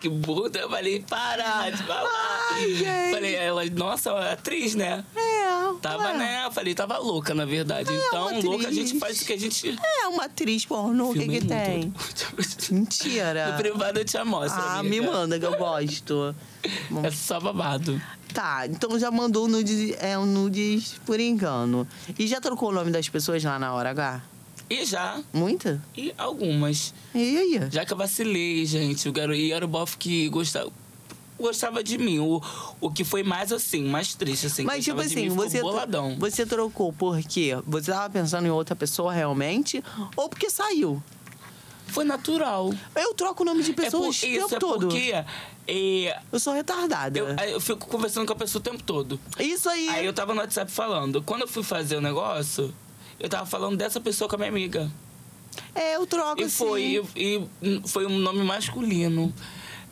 [SPEAKER 2] que burra, eu falei, para de falar.
[SPEAKER 1] Ai, gente.
[SPEAKER 2] falei, ela, nossa, é atriz, né?
[SPEAKER 1] É.
[SPEAKER 2] Tava,
[SPEAKER 1] é.
[SPEAKER 2] né? Eu falei, tava louca, na verdade. então,
[SPEAKER 1] uma
[SPEAKER 2] louca, a
[SPEAKER 1] atriz.
[SPEAKER 2] gente faz o que a gente.
[SPEAKER 1] É uma atriz pornô, o que,
[SPEAKER 2] Filmei
[SPEAKER 1] que tem?
[SPEAKER 2] muito. [LAUGHS] No
[SPEAKER 1] Mentira.
[SPEAKER 2] privado eu te amostro.
[SPEAKER 1] Ah, me
[SPEAKER 2] amiga.
[SPEAKER 1] manda que eu gosto.
[SPEAKER 2] É só babado.
[SPEAKER 1] Tá, então já mandou nudes, é, um nudes por engano. E já trocou o nome das pessoas lá na hora H?
[SPEAKER 2] E já,
[SPEAKER 1] Muita?
[SPEAKER 2] e algumas.
[SPEAKER 1] E aí?
[SPEAKER 2] Já que eu vacilei, gente. O garoto, e era o bofe que gostava, gostava de mim. O, o que foi mais assim, mais triste, assim.
[SPEAKER 1] Mas,
[SPEAKER 2] que
[SPEAKER 1] tipo
[SPEAKER 2] gostava de
[SPEAKER 1] assim,
[SPEAKER 2] mim, ficou
[SPEAKER 1] você, tro-
[SPEAKER 2] boladão.
[SPEAKER 1] você trocou por quê? Você tava pensando em outra pessoa realmente? Ou porque saiu?
[SPEAKER 2] Foi natural.
[SPEAKER 1] Eu troco o nome de pessoas
[SPEAKER 2] é por,
[SPEAKER 1] o tempo
[SPEAKER 2] isso, é
[SPEAKER 1] todo.
[SPEAKER 2] porque é,
[SPEAKER 1] Eu sou retardada.
[SPEAKER 2] eu, eu fico conversando com a pessoa o tempo todo.
[SPEAKER 1] Isso aí.
[SPEAKER 2] Aí eu tava no WhatsApp falando. Quando eu fui fazer o negócio, eu tava falando dessa pessoa com a minha amiga.
[SPEAKER 1] É, eu troco
[SPEAKER 2] E
[SPEAKER 1] assim.
[SPEAKER 2] foi, e, e foi um nome masculino.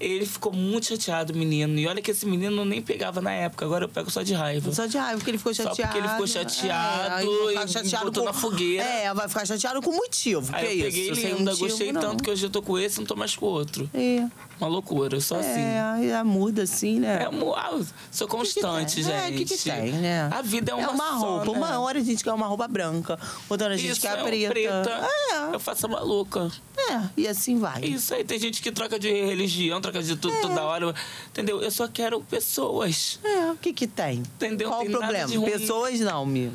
[SPEAKER 2] Ele ficou muito chateado, menino. E olha que esse menino eu nem pegava na época, agora eu pego só de raiva.
[SPEAKER 1] Só de raiva, porque ele ficou
[SPEAKER 2] Só
[SPEAKER 1] chateado.
[SPEAKER 2] porque ele ficou chateado
[SPEAKER 1] aí vai ficar
[SPEAKER 2] e botou na fogueira.
[SPEAKER 1] É, vai ficar chateado com motivo.
[SPEAKER 2] Aí
[SPEAKER 1] que é
[SPEAKER 2] eu
[SPEAKER 1] isso?
[SPEAKER 2] peguei
[SPEAKER 1] Sem
[SPEAKER 2] linda,
[SPEAKER 1] motivo,
[SPEAKER 2] gostei
[SPEAKER 1] não.
[SPEAKER 2] tanto que hoje eu tô com esse e não tô mais com o outro.
[SPEAKER 1] É.
[SPEAKER 2] Uma loucura, só assim.
[SPEAKER 1] É, é muda assim, né?
[SPEAKER 2] É, mu- ah, sou
[SPEAKER 1] que que
[SPEAKER 2] constante,
[SPEAKER 1] tem? É,
[SPEAKER 2] gente.
[SPEAKER 1] o que que tem, né?
[SPEAKER 2] A vida é uma, só,
[SPEAKER 1] roupa.
[SPEAKER 2] né?
[SPEAKER 1] Uma hora a gente quer uma roupa branca, outra hora a gente
[SPEAKER 2] Isso,
[SPEAKER 1] quer
[SPEAKER 2] é um
[SPEAKER 1] preta.
[SPEAKER 2] preta.
[SPEAKER 1] É.
[SPEAKER 2] Eu faço a maluca.
[SPEAKER 1] É, e assim vai.
[SPEAKER 2] Isso aí, tem gente que troca de religião, troca de tudo toda hora. Entendeu? Eu só quero pessoas.
[SPEAKER 1] É, o que que tem?
[SPEAKER 2] Entendeu?
[SPEAKER 1] Qual
[SPEAKER 2] Tem
[SPEAKER 1] o
[SPEAKER 2] nada
[SPEAKER 1] problema?
[SPEAKER 2] de ruim.
[SPEAKER 1] Pessoas não, me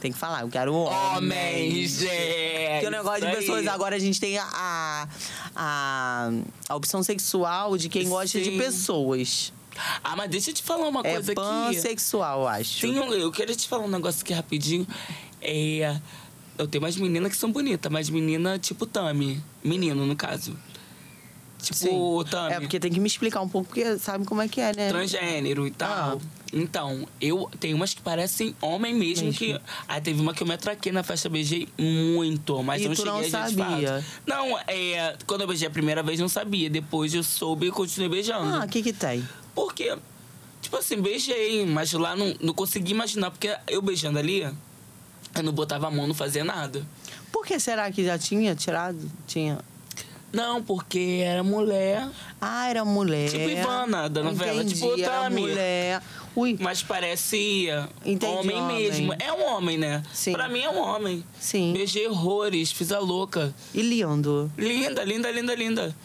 [SPEAKER 1] Tem que falar, eu quero
[SPEAKER 2] Homens,
[SPEAKER 1] homens.
[SPEAKER 2] gente.
[SPEAKER 1] Porque o um negócio de
[SPEAKER 2] isso aí.
[SPEAKER 1] pessoas, agora a gente tem a, a, a, a opção sexual de quem gosta de
[SPEAKER 2] Sim.
[SPEAKER 1] pessoas.
[SPEAKER 2] Ah, mas deixa eu te falar uma
[SPEAKER 1] É
[SPEAKER 2] coisa aqui.
[SPEAKER 1] pansexual, eu acho.
[SPEAKER 2] Sim, eu, eu queria te falar um negócio aqui rapidinho. É, eu tenho umas meninas que são bonitas, mas menina tipo Tami. Menino, no caso. Tipo Tami.
[SPEAKER 1] É porque tem que me explicar um pouco, porque sabe como é que é, Ah. né?
[SPEAKER 2] Transgênero e tal. Então, eu tenho umas que parecem homem mesmo,
[SPEAKER 1] Mesmo.
[SPEAKER 2] que. Aí teve uma que eu me atraquei na festa, beijei muito, mas
[SPEAKER 1] E
[SPEAKER 2] não
[SPEAKER 1] tu
[SPEAKER 2] cheguei
[SPEAKER 1] não
[SPEAKER 2] a gente
[SPEAKER 1] sabia?
[SPEAKER 2] fato. Não, é. Quando eu beijei a primeira vez, não sabia. Depois eu soube e continuei beijando.
[SPEAKER 1] Ah, o que que tem?
[SPEAKER 2] Porque, tipo assim, beijei, mas lá não, não consegui imaginar, porque eu beijando ali, eu não botava a mão, não fazia nada.
[SPEAKER 1] Por que será que já tinha tirado? Tinha.
[SPEAKER 2] Não, porque era mulher,
[SPEAKER 1] Ah, era mulher.
[SPEAKER 2] Tipo Ivana, da novela,
[SPEAKER 1] Entendi,
[SPEAKER 2] tipo
[SPEAKER 1] era
[SPEAKER 2] Tami.
[SPEAKER 1] mulher. Ui,
[SPEAKER 2] mas parecia
[SPEAKER 1] Entendi,
[SPEAKER 2] homem,
[SPEAKER 1] homem.
[SPEAKER 2] mesmo. É um homem, né?
[SPEAKER 1] Sim.
[SPEAKER 2] Pra mim é um homem.
[SPEAKER 1] sim.
[SPEAKER 2] Beijei horrores, fiz a louca.
[SPEAKER 1] E lindo.
[SPEAKER 2] Linda, linda, linda, linda.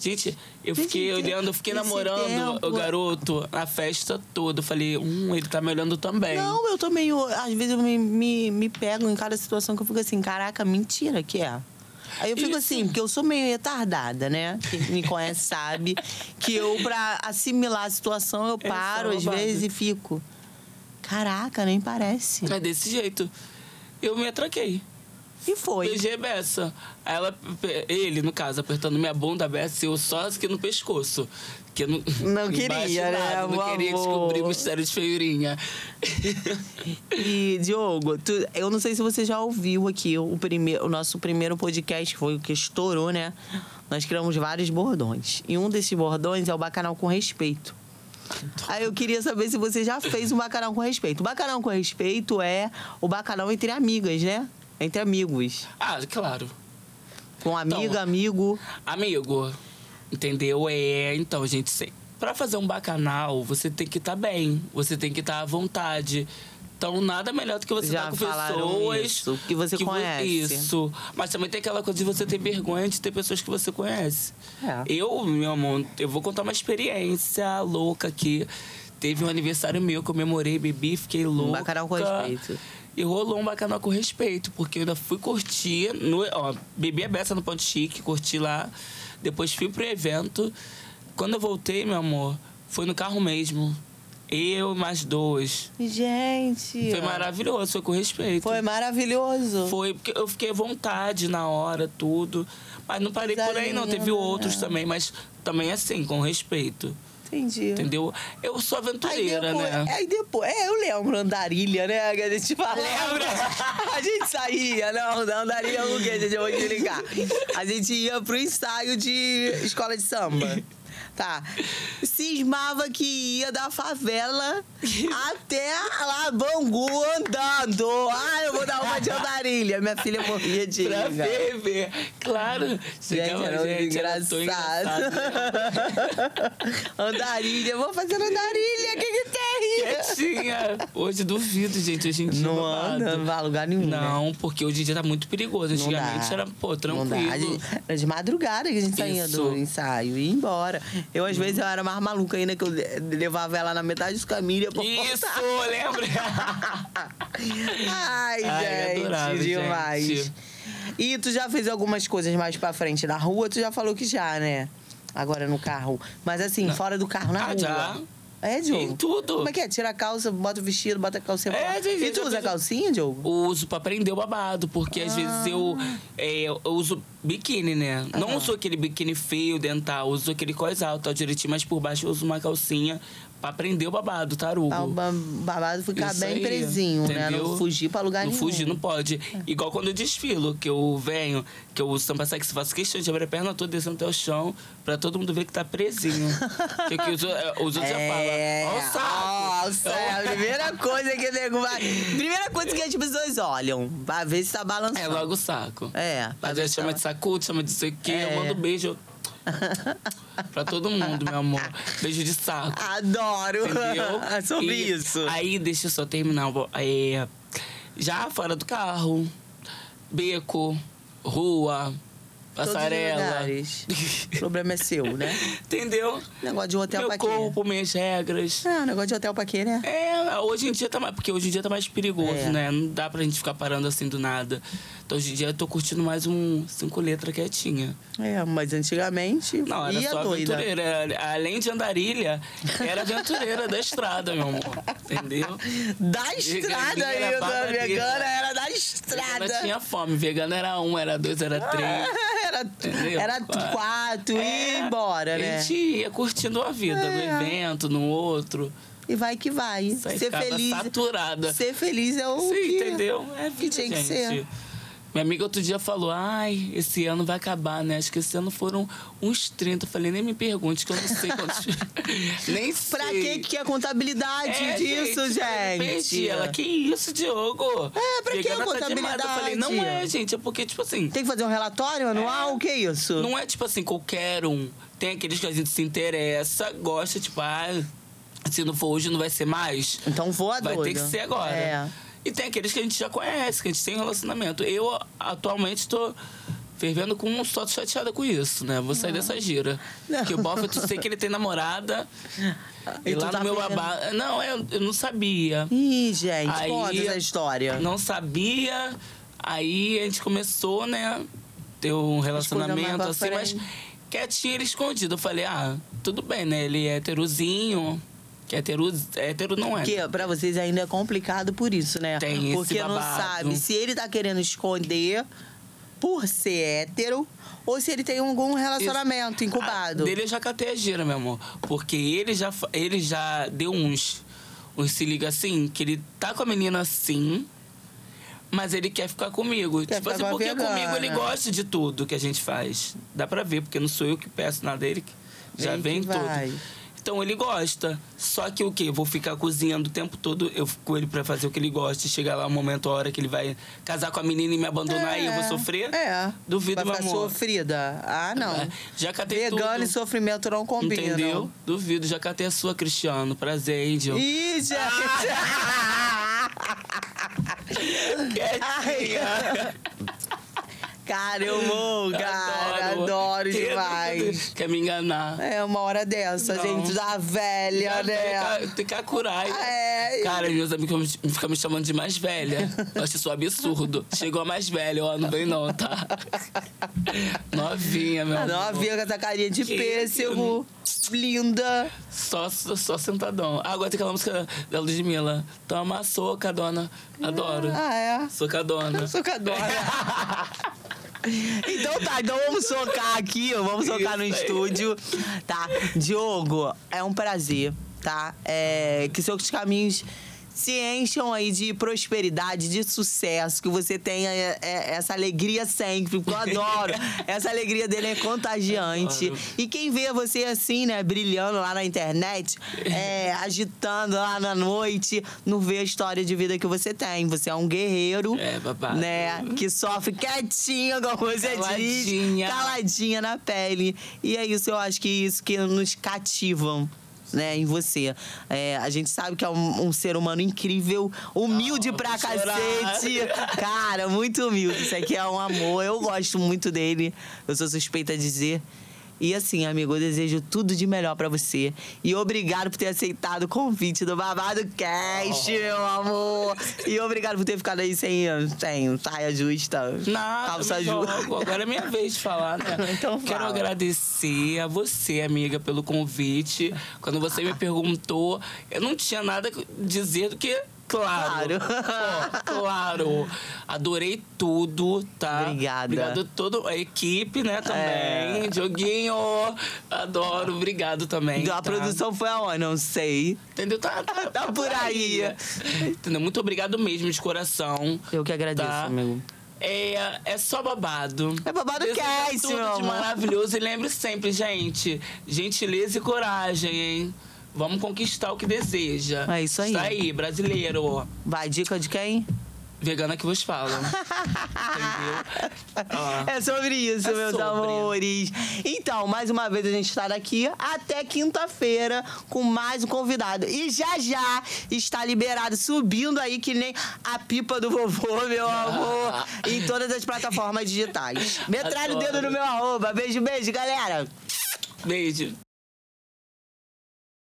[SPEAKER 2] Gente, eu
[SPEAKER 1] Gente,
[SPEAKER 2] fiquei olhando, eu fiquei
[SPEAKER 1] esse
[SPEAKER 2] namorando
[SPEAKER 1] tempo-
[SPEAKER 2] o garoto a festa toda. Eu Falei, hum, ele tá me olhando também.
[SPEAKER 1] Não, eu tô meio. Às vezes eu me, me, me pego em cada situação que eu fico assim, caraca, mentira que é. Aí eu fico
[SPEAKER 2] Isso.
[SPEAKER 1] assim, porque eu sou meio retardada, né? Quem me conhece sabe que eu, pra assimilar a situação, eu
[SPEAKER 2] É,
[SPEAKER 1] paro
[SPEAKER 2] só
[SPEAKER 1] às
[SPEAKER 2] babado.
[SPEAKER 1] vezes e fico. Caraca, nem parece.
[SPEAKER 2] É desse jeito. Eu me atraquei.
[SPEAKER 1] E foi.
[SPEAKER 2] Beijei a Bessa. Aí ela, ele, no caso, apertando minha bunda, a Bessa, e eu só aqui no pescoço. Que eu não,
[SPEAKER 1] Não queria,
[SPEAKER 2] [LAUGHS] embaixo
[SPEAKER 1] né,
[SPEAKER 2] nada, Não
[SPEAKER 1] meu
[SPEAKER 2] queria
[SPEAKER 1] amor?
[SPEAKER 2] descobrir o mistério de feiurinha. [LAUGHS]
[SPEAKER 1] E, Diogo, tu- eu não sei se você já ouviu aqui o, prime- o nosso primeiro podcast, que foi o que estourou, né? Nós criamos vários bordões. E um desses bordões é o Bacanal com Respeito. Aí eu queria saber se você já fez um bacanal com respeito. O bacanal com respeito é o bacanal entre amigas, né? Entre amigos.
[SPEAKER 2] Ah, claro.
[SPEAKER 1] Com amiga,
[SPEAKER 2] Então,
[SPEAKER 1] amigo.
[SPEAKER 2] Amigo, entendeu? É, então, tá gente, se- pra fazer um bacanal, você tem que estar bem, você tem que estar à tá vontade. Então, nada melhor do que você
[SPEAKER 1] Já
[SPEAKER 2] estar com
[SPEAKER 1] falaram
[SPEAKER 2] pessoas.
[SPEAKER 1] isso, que você
[SPEAKER 2] vo-
[SPEAKER 1] conhece.
[SPEAKER 2] Isso. Mas também tem aquela coisa de você ter vergonha de ter pessoas que você conhece.
[SPEAKER 1] É.
[SPEAKER 2] Eu, meu amor, eu vou contar uma experiência louca aqui. Teve um aniversário meu, comemorei, bebi, fiquei louca.
[SPEAKER 1] Um bacanal com respeito.
[SPEAKER 2] E rolou um bacanal com respeito, porque eu ainda fui curtir. No, ó, bebi a beça no Ponte Chique, curti lá. Depois fui pro evento. Quando eu voltei, meu amor, foi no carro mesmo. Eu e mais dois.
[SPEAKER 1] Gente.
[SPEAKER 2] Foi maravilhoso, foi com respeito.
[SPEAKER 1] Foi maravilhoso.
[SPEAKER 2] Foi, porque eu fiquei à vontade na hora, tudo. Mas não parei por aí, não. Teve
[SPEAKER 1] Desalinhada.
[SPEAKER 2] outros também, mas também assim, com respeito.
[SPEAKER 1] Entendi.
[SPEAKER 2] Entendeu? Eu sou aventureira,
[SPEAKER 1] aí depois,
[SPEAKER 2] né?
[SPEAKER 1] Aí depois. É, eu lembro andarilha, né? Que a gente fala.
[SPEAKER 2] Lembra?
[SPEAKER 1] [LAUGHS] A gente saía, não, da andarilha é o que a gente eu vou te ligar. A gente ia pro ensaio de escola de samba. Tá. Cismava que ia da favela até lá, Bangu, andando. Ah, eu vou dar uma de andarilha. Minha filha morria de.
[SPEAKER 2] Pra
[SPEAKER 1] inveja.
[SPEAKER 2] beber. Claro. Chegava,
[SPEAKER 1] era muito
[SPEAKER 2] gente, era tão
[SPEAKER 1] [LAUGHS] andarilha, vou fazer andarilha, o que que tem?
[SPEAKER 2] Quietinha. Hoje duvido, gente. Hoje em dia.
[SPEAKER 1] Não
[SPEAKER 2] babado.
[SPEAKER 1] anda, não vai a lugar nenhum, né?
[SPEAKER 2] Não, porque hoje em dia tá muito perigoso.
[SPEAKER 1] Não dá.
[SPEAKER 2] Antigamente era, pô,
[SPEAKER 1] Não dá. A
[SPEAKER 2] tranquilo.
[SPEAKER 1] gente- Era de madrugada que a gente saía do
[SPEAKER 2] Isso. Hum.
[SPEAKER 1] ensaio e ia embora. Eu, às vezes, eu era mais maluca ainda, que eu le- levava ela na metade dos caminhos e ia pra
[SPEAKER 2] Isso, [LAUGHS]
[SPEAKER 1] voltar.
[SPEAKER 2] lembra? [LAUGHS]
[SPEAKER 1] Ai,
[SPEAKER 2] Ai, eu
[SPEAKER 1] gente,
[SPEAKER 2] adorava,
[SPEAKER 1] demais.
[SPEAKER 2] gente.
[SPEAKER 1] E tu já fez algumas coisas mais pra frente na rua? Tu já falou que já, né? Agora no carro. Mas assim, fora do carro, na
[SPEAKER 2] Ah,
[SPEAKER 1] rua.
[SPEAKER 2] já.
[SPEAKER 1] É, Diogo?
[SPEAKER 2] Em tudo.
[SPEAKER 1] Como é que é? Tira a calça, bota o vestido, bota a calcinha.
[SPEAKER 2] É,
[SPEAKER 1] pra-
[SPEAKER 2] gente,
[SPEAKER 1] e tu
[SPEAKER 2] eu já
[SPEAKER 1] usa
[SPEAKER 2] fiz-
[SPEAKER 1] calcinha, Diogo?
[SPEAKER 2] Eu uso pra prender o babado, porque às
[SPEAKER 1] Ah.
[SPEAKER 2] vezes eu, é, eu uso biquíni, né? Não uso aquele biquíni feio, dental, uso aquele coisal, tal direitinho, mas por baixo eu uso uma calcinha pra prender o babado, tarugo.
[SPEAKER 1] Pra o ba- babado ficar
[SPEAKER 2] Isso
[SPEAKER 1] bem
[SPEAKER 2] aí,
[SPEAKER 1] presinho, né? Não
[SPEAKER 2] entendeu?
[SPEAKER 1] fugir pra lugar
[SPEAKER 2] não
[SPEAKER 1] nenhum. É.
[SPEAKER 2] fugir, não pode. Igual quando eu desfilo, que eu venho, que eu uso tampa sexy, faço questão de abrir a perna toda, descendo até o chão, pra todo mundo ver que
[SPEAKER 1] [LAUGHS]
[SPEAKER 2] tá presinho. que, que os, é, os outros
[SPEAKER 1] É,
[SPEAKER 2] já falam, ó o
[SPEAKER 1] Nossa, é a
[SPEAKER 2] saco.
[SPEAKER 1] primeira coisa que o nego vai. Primeira coisa que as pessoas olham, pra ver se tá balançando.
[SPEAKER 2] É, logo
[SPEAKER 1] [LAUGHS]
[SPEAKER 2] o saco.
[SPEAKER 1] É, pra
[SPEAKER 2] Às
[SPEAKER 1] ver
[SPEAKER 2] vezes
[SPEAKER 1] se tá-
[SPEAKER 2] chama de sacudo, chama de sei o quê,
[SPEAKER 1] É.
[SPEAKER 2] eu mando
[SPEAKER 1] [LAUGHS]
[SPEAKER 2] um beijo pra todo mundo, meu amor. Beijo de saco.
[SPEAKER 1] Adoro!
[SPEAKER 2] Entendeu?
[SPEAKER 1] [LAUGHS] É Sobre
[SPEAKER 2] E
[SPEAKER 1] isso.
[SPEAKER 2] Aí, deixa eu só terminar. bo- É, já fora do carro, beco, rua,
[SPEAKER 1] Todos os
[SPEAKER 2] passarela.
[SPEAKER 1] lugares. O problema é seu,
[SPEAKER 2] [LAUGHS]
[SPEAKER 1] né?
[SPEAKER 2] Entendeu?
[SPEAKER 1] Negócio de hotel pra
[SPEAKER 2] Meu
[SPEAKER 1] quê? né?
[SPEAKER 2] corpo, minhas regras.
[SPEAKER 1] Ah, negócio de hotel pra quê, né?
[SPEAKER 2] É, hoje em dia tá mais. Porque hoje em dia tá mais perigoso,
[SPEAKER 1] É.
[SPEAKER 2] né? Não dá pra gente ficar parando assim do nada. Então hoje em dia eu tô curtindo mais um cinco letra quietinha.
[SPEAKER 1] É, mas antigamente.
[SPEAKER 2] Não, era
[SPEAKER 1] ia
[SPEAKER 2] só
[SPEAKER 1] doida.
[SPEAKER 2] aventureira. Era- Além de andarilha, era aventureira da estrada, meu amor. Entendeu?
[SPEAKER 1] Da estrada
[SPEAKER 2] Vegana era
[SPEAKER 1] ainda, a
[SPEAKER 2] babadeira.
[SPEAKER 1] vegana era da
[SPEAKER 2] Vegana
[SPEAKER 1] estrada. Ah,
[SPEAKER 2] tinha fome. Vegana era um, era dois, era três.
[SPEAKER 1] [LAUGHS] Era,
[SPEAKER 2] Entendeu?
[SPEAKER 1] era
[SPEAKER 2] Quatro.
[SPEAKER 1] quatro e
[SPEAKER 2] É,
[SPEAKER 1] embora,
[SPEAKER 2] A
[SPEAKER 1] né?
[SPEAKER 2] gente ia curtindo a vida,
[SPEAKER 1] É.
[SPEAKER 2] no evento, no outro.
[SPEAKER 1] E vai que vai.
[SPEAKER 2] Isso aí
[SPEAKER 1] Ser
[SPEAKER 2] ficava
[SPEAKER 1] feliz.
[SPEAKER 2] saturada.
[SPEAKER 1] Ser feliz é o
[SPEAKER 2] Sim,
[SPEAKER 1] que...
[SPEAKER 2] entendeu? É vida,
[SPEAKER 1] tinha que
[SPEAKER 2] gente.
[SPEAKER 1] ser.
[SPEAKER 2] Minha amiga outro dia falou, ai, esse ano vai acabar, né? Acho que esse ano foram uns 30. Eu falei, nem me pergunte, que eu não
[SPEAKER 1] [LAUGHS]
[SPEAKER 2] sei quantos. nem sei.
[SPEAKER 1] Pra que que é a contabilidade
[SPEAKER 2] É,
[SPEAKER 1] disso, gente?
[SPEAKER 2] eu me perdi. Ela, que isso, Diogo?
[SPEAKER 1] É, pra que
[SPEAKER 2] Vegana tá
[SPEAKER 1] contabilidade?
[SPEAKER 2] demais. Eu falei, não é, gente. É porque, tipo assim,
[SPEAKER 1] Tem que fazer um relatório anual? O que é isso?
[SPEAKER 2] não é tipo assim, qualquer um. Tem aqueles que a gente se interessa, gosta, tipo, ah, se não for hoje, não vai ser mais.
[SPEAKER 1] Então vou a
[SPEAKER 2] Vai
[SPEAKER 1] doida.
[SPEAKER 2] ter que ser agora.
[SPEAKER 1] É.
[SPEAKER 2] E tem aqueles que a gente já conhece, que a gente tem um relacionamento. Eu, atualmente, tô fervendo com um só tô chateada com isso, né? Vou sair dessa gira.
[SPEAKER 1] Não.
[SPEAKER 2] Porque o Buffett, eu sei que ele tem namorada.
[SPEAKER 1] E
[SPEAKER 2] E,
[SPEAKER 1] tu
[SPEAKER 2] lá
[SPEAKER 1] tá
[SPEAKER 2] no meu
[SPEAKER 1] fervendo.
[SPEAKER 2] babado... Não, eu, eu não sabia.
[SPEAKER 1] Ih, gente,
[SPEAKER 2] Aí-
[SPEAKER 1] conta essa história.
[SPEAKER 2] Não sabia. Aí a gente começou, né? Ter um
[SPEAKER 1] mais
[SPEAKER 2] relacionamento
[SPEAKER 1] pra
[SPEAKER 2] assim, mas
[SPEAKER 1] frente.
[SPEAKER 2] quietinho ele escondido. Eu falei, ah, tudo bem, né? Ele é heterozinho. Que hétero, hétero não é.
[SPEAKER 1] Porque pra vocês ainda é complicado por isso, né?
[SPEAKER 2] Tem esse
[SPEAKER 1] Porque não
[SPEAKER 2] babado.
[SPEAKER 1] sabe se ele tá querendo esconder por ser hétero ou se ele tem algum relacionamento incubado.
[SPEAKER 2] Ah, Dele eu já catei a gira, meu amor. Porque ele já, fa- ele já deu uns, uns se liga assim, que ele tá com a menina assim, mas ele quer ficar comigo.
[SPEAKER 1] Quer ficar
[SPEAKER 2] tipo assim,
[SPEAKER 1] com a
[SPEAKER 2] porque comigo ele
[SPEAKER 1] vegana.
[SPEAKER 2] gosta de tudo que a gente faz. Dá pra ver, porque não sou eu que peço nada, ele que já
[SPEAKER 1] Ele que
[SPEAKER 2] vem
[SPEAKER 1] vai.
[SPEAKER 2] tudo. Então ele gosta. Só que o quê? Eu vou ficar cozinhando o tempo todo, eu fico com ele pra fazer o que ele gosta. e Chegar lá um momento, a hora que ele vai casar com a menina e me abandonar e eu vou sofrer?
[SPEAKER 1] É.
[SPEAKER 2] Duvido,
[SPEAKER 1] Vai
[SPEAKER 2] meu
[SPEAKER 1] ficar
[SPEAKER 2] amor.
[SPEAKER 1] sofrida. Ah, não.
[SPEAKER 2] Já catei tudo.
[SPEAKER 1] Vegano e sofrimento não combinam.
[SPEAKER 2] Entendeu? [LAUGHS] Duvido, já catei a sua, Cristiano. Prazer, Angel.
[SPEAKER 1] Ih, gente!
[SPEAKER 2] É
[SPEAKER 1] ah,
[SPEAKER 2] Quietinha.
[SPEAKER 1] Cara, eu vou, cara. Adoro,
[SPEAKER 2] Queria
[SPEAKER 1] demais.
[SPEAKER 2] tanto- [LAUGHS] Quer me enganar.
[SPEAKER 1] É uma hora dessa,
[SPEAKER 2] Não.
[SPEAKER 1] gente, da velha, né?
[SPEAKER 2] Tem que curar.
[SPEAKER 1] É.
[SPEAKER 2] Cara, meus amigos me- ficam me chamando de mais velha. Eu acho isso um absurdo. Chegou a mais velha, ó, não vem não, tá? [LAUGHS] Novinha, meu amor.
[SPEAKER 1] Novinha tá com essa carinha de
[SPEAKER 2] Que-
[SPEAKER 1] pêssego. Linda.
[SPEAKER 2] Só, só só sentadão. Ah, agora tem aquela música da Ludmilla. Toma soca, dona. Adoro.
[SPEAKER 1] Ah, é.
[SPEAKER 2] Soca, dona.
[SPEAKER 1] Socadora. então tá, então vamos socar aqui, ó, vamos socar no
[SPEAKER 2] Isso aí.
[SPEAKER 1] estúdio, tá? Diogo, é um prazer, tá? É, que seus caminhos se encham aí de prosperidade, de sucesso, que você tenha é, é, essa alegria sempre, porque eu
[SPEAKER 2] [LAUGHS]
[SPEAKER 1] adoro. essa alegria dele é contagiante.
[SPEAKER 2] Adoro.
[SPEAKER 1] E quem vê você assim, né, brilhando lá na internet,
[SPEAKER 2] [LAUGHS]
[SPEAKER 1] é, agitando lá na noite, não vê a história de vida que você tem. Você é um guerreiro,
[SPEAKER 2] É, babado.
[SPEAKER 1] né, que sofre quietinho, como você
[SPEAKER 2] Caladinha.
[SPEAKER 1] diz, é caladinha na pele. E é isso, eu acho que isso que nos cativam. Né, em você. É, a gente sabe que é um, um ser humano incrível, humilde
[SPEAKER 2] Ah,
[SPEAKER 1] pra
[SPEAKER 2] vou chorar.
[SPEAKER 1] cacete. Cara, muito humilde. Isso aqui é um amor. Eu gosto muito dele. Eu sou suspeita a dizer. E assim, amigo, eu desejo tudo de melhor pra você. E obrigado por ter aceitado o convite do Babado
[SPEAKER 2] Oh.
[SPEAKER 1] Cast, meu amor. E obrigado por ter ficado aí sem, sem saia justa.
[SPEAKER 2] Nada,
[SPEAKER 1] calça
[SPEAKER 2] me
[SPEAKER 1] justa.
[SPEAKER 2] jogo. Agora é minha vez de falar, né?
[SPEAKER 1] [LAUGHS] Então
[SPEAKER 2] Quero
[SPEAKER 1] fala.
[SPEAKER 2] agradecer a você, amiga, pelo convite. Quando você me perguntou, eu não tinha nada a dizer do que.
[SPEAKER 1] Claro.
[SPEAKER 2] Claro. Pô, [LAUGHS] claro. Adorei tudo, tá?
[SPEAKER 1] Obrigada.
[SPEAKER 2] Obrigado a toda a equipe, né, também.
[SPEAKER 1] É.
[SPEAKER 2] Dioguinho, adoro. Obrigado também.
[SPEAKER 1] Então, A
[SPEAKER 2] tá?
[SPEAKER 1] produção foi aonde? Não sei.
[SPEAKER 2] Entendeu? Tá, tá,
[SPEAKER 1] Tá por aí.
[SPEAKER 2] Entendeu? Muito obrigado mesmo, de coração.
[SPEAKER 1] Eu que agradeço,
[SPEAKER 2] Tá.
[SPEAKER 1] amigo.
[SPEAKER 2] É, é só babado.
[SPEAKER 1] É babado
[SPEAKER 2] Desejo
[SPEAKER 1] cast,
[SPEAKER 2] tudo
[SPEAKER 1] meu
[SPEAKER 2] de
[SPEAKER 1] amor.
[SPEAKER 2] maravilhoso. E lembre sempre, gente, gentileza e coragem, hein? Vamos conquistar o que deseja.
[SPEAKER 1] É isso aí.
[SPEAKER 2] Isso aí, brasileiro, ó.
[SPEAKER 1] Vai, dica de quem?
[SPEAKER 2] Vegana que
[SPEAKER 1] [LAUGHS]
[SPEAKER 2] vos fala. Entendeu? Ó.
[SPEAKER 1] É sobre isso,
[SPEAKER 2] É
[SPEAKER 1] meus
[SPEAKER 2] sobre.
[SPEAKER 1] amores. Então, mais uma vez a gente estará aqui até quinta-feira com mais um convidado. E já já está liberado, subindo aí que nem a pipa do vovô, meu amor, em todas as plataformas digitais. Metralha o dedo
[SPEAKER 2] Adoro.
[SPEAKER 1] no meu arroba. Beijo, beijo, galera.
[SPEAKER 2] Beijo.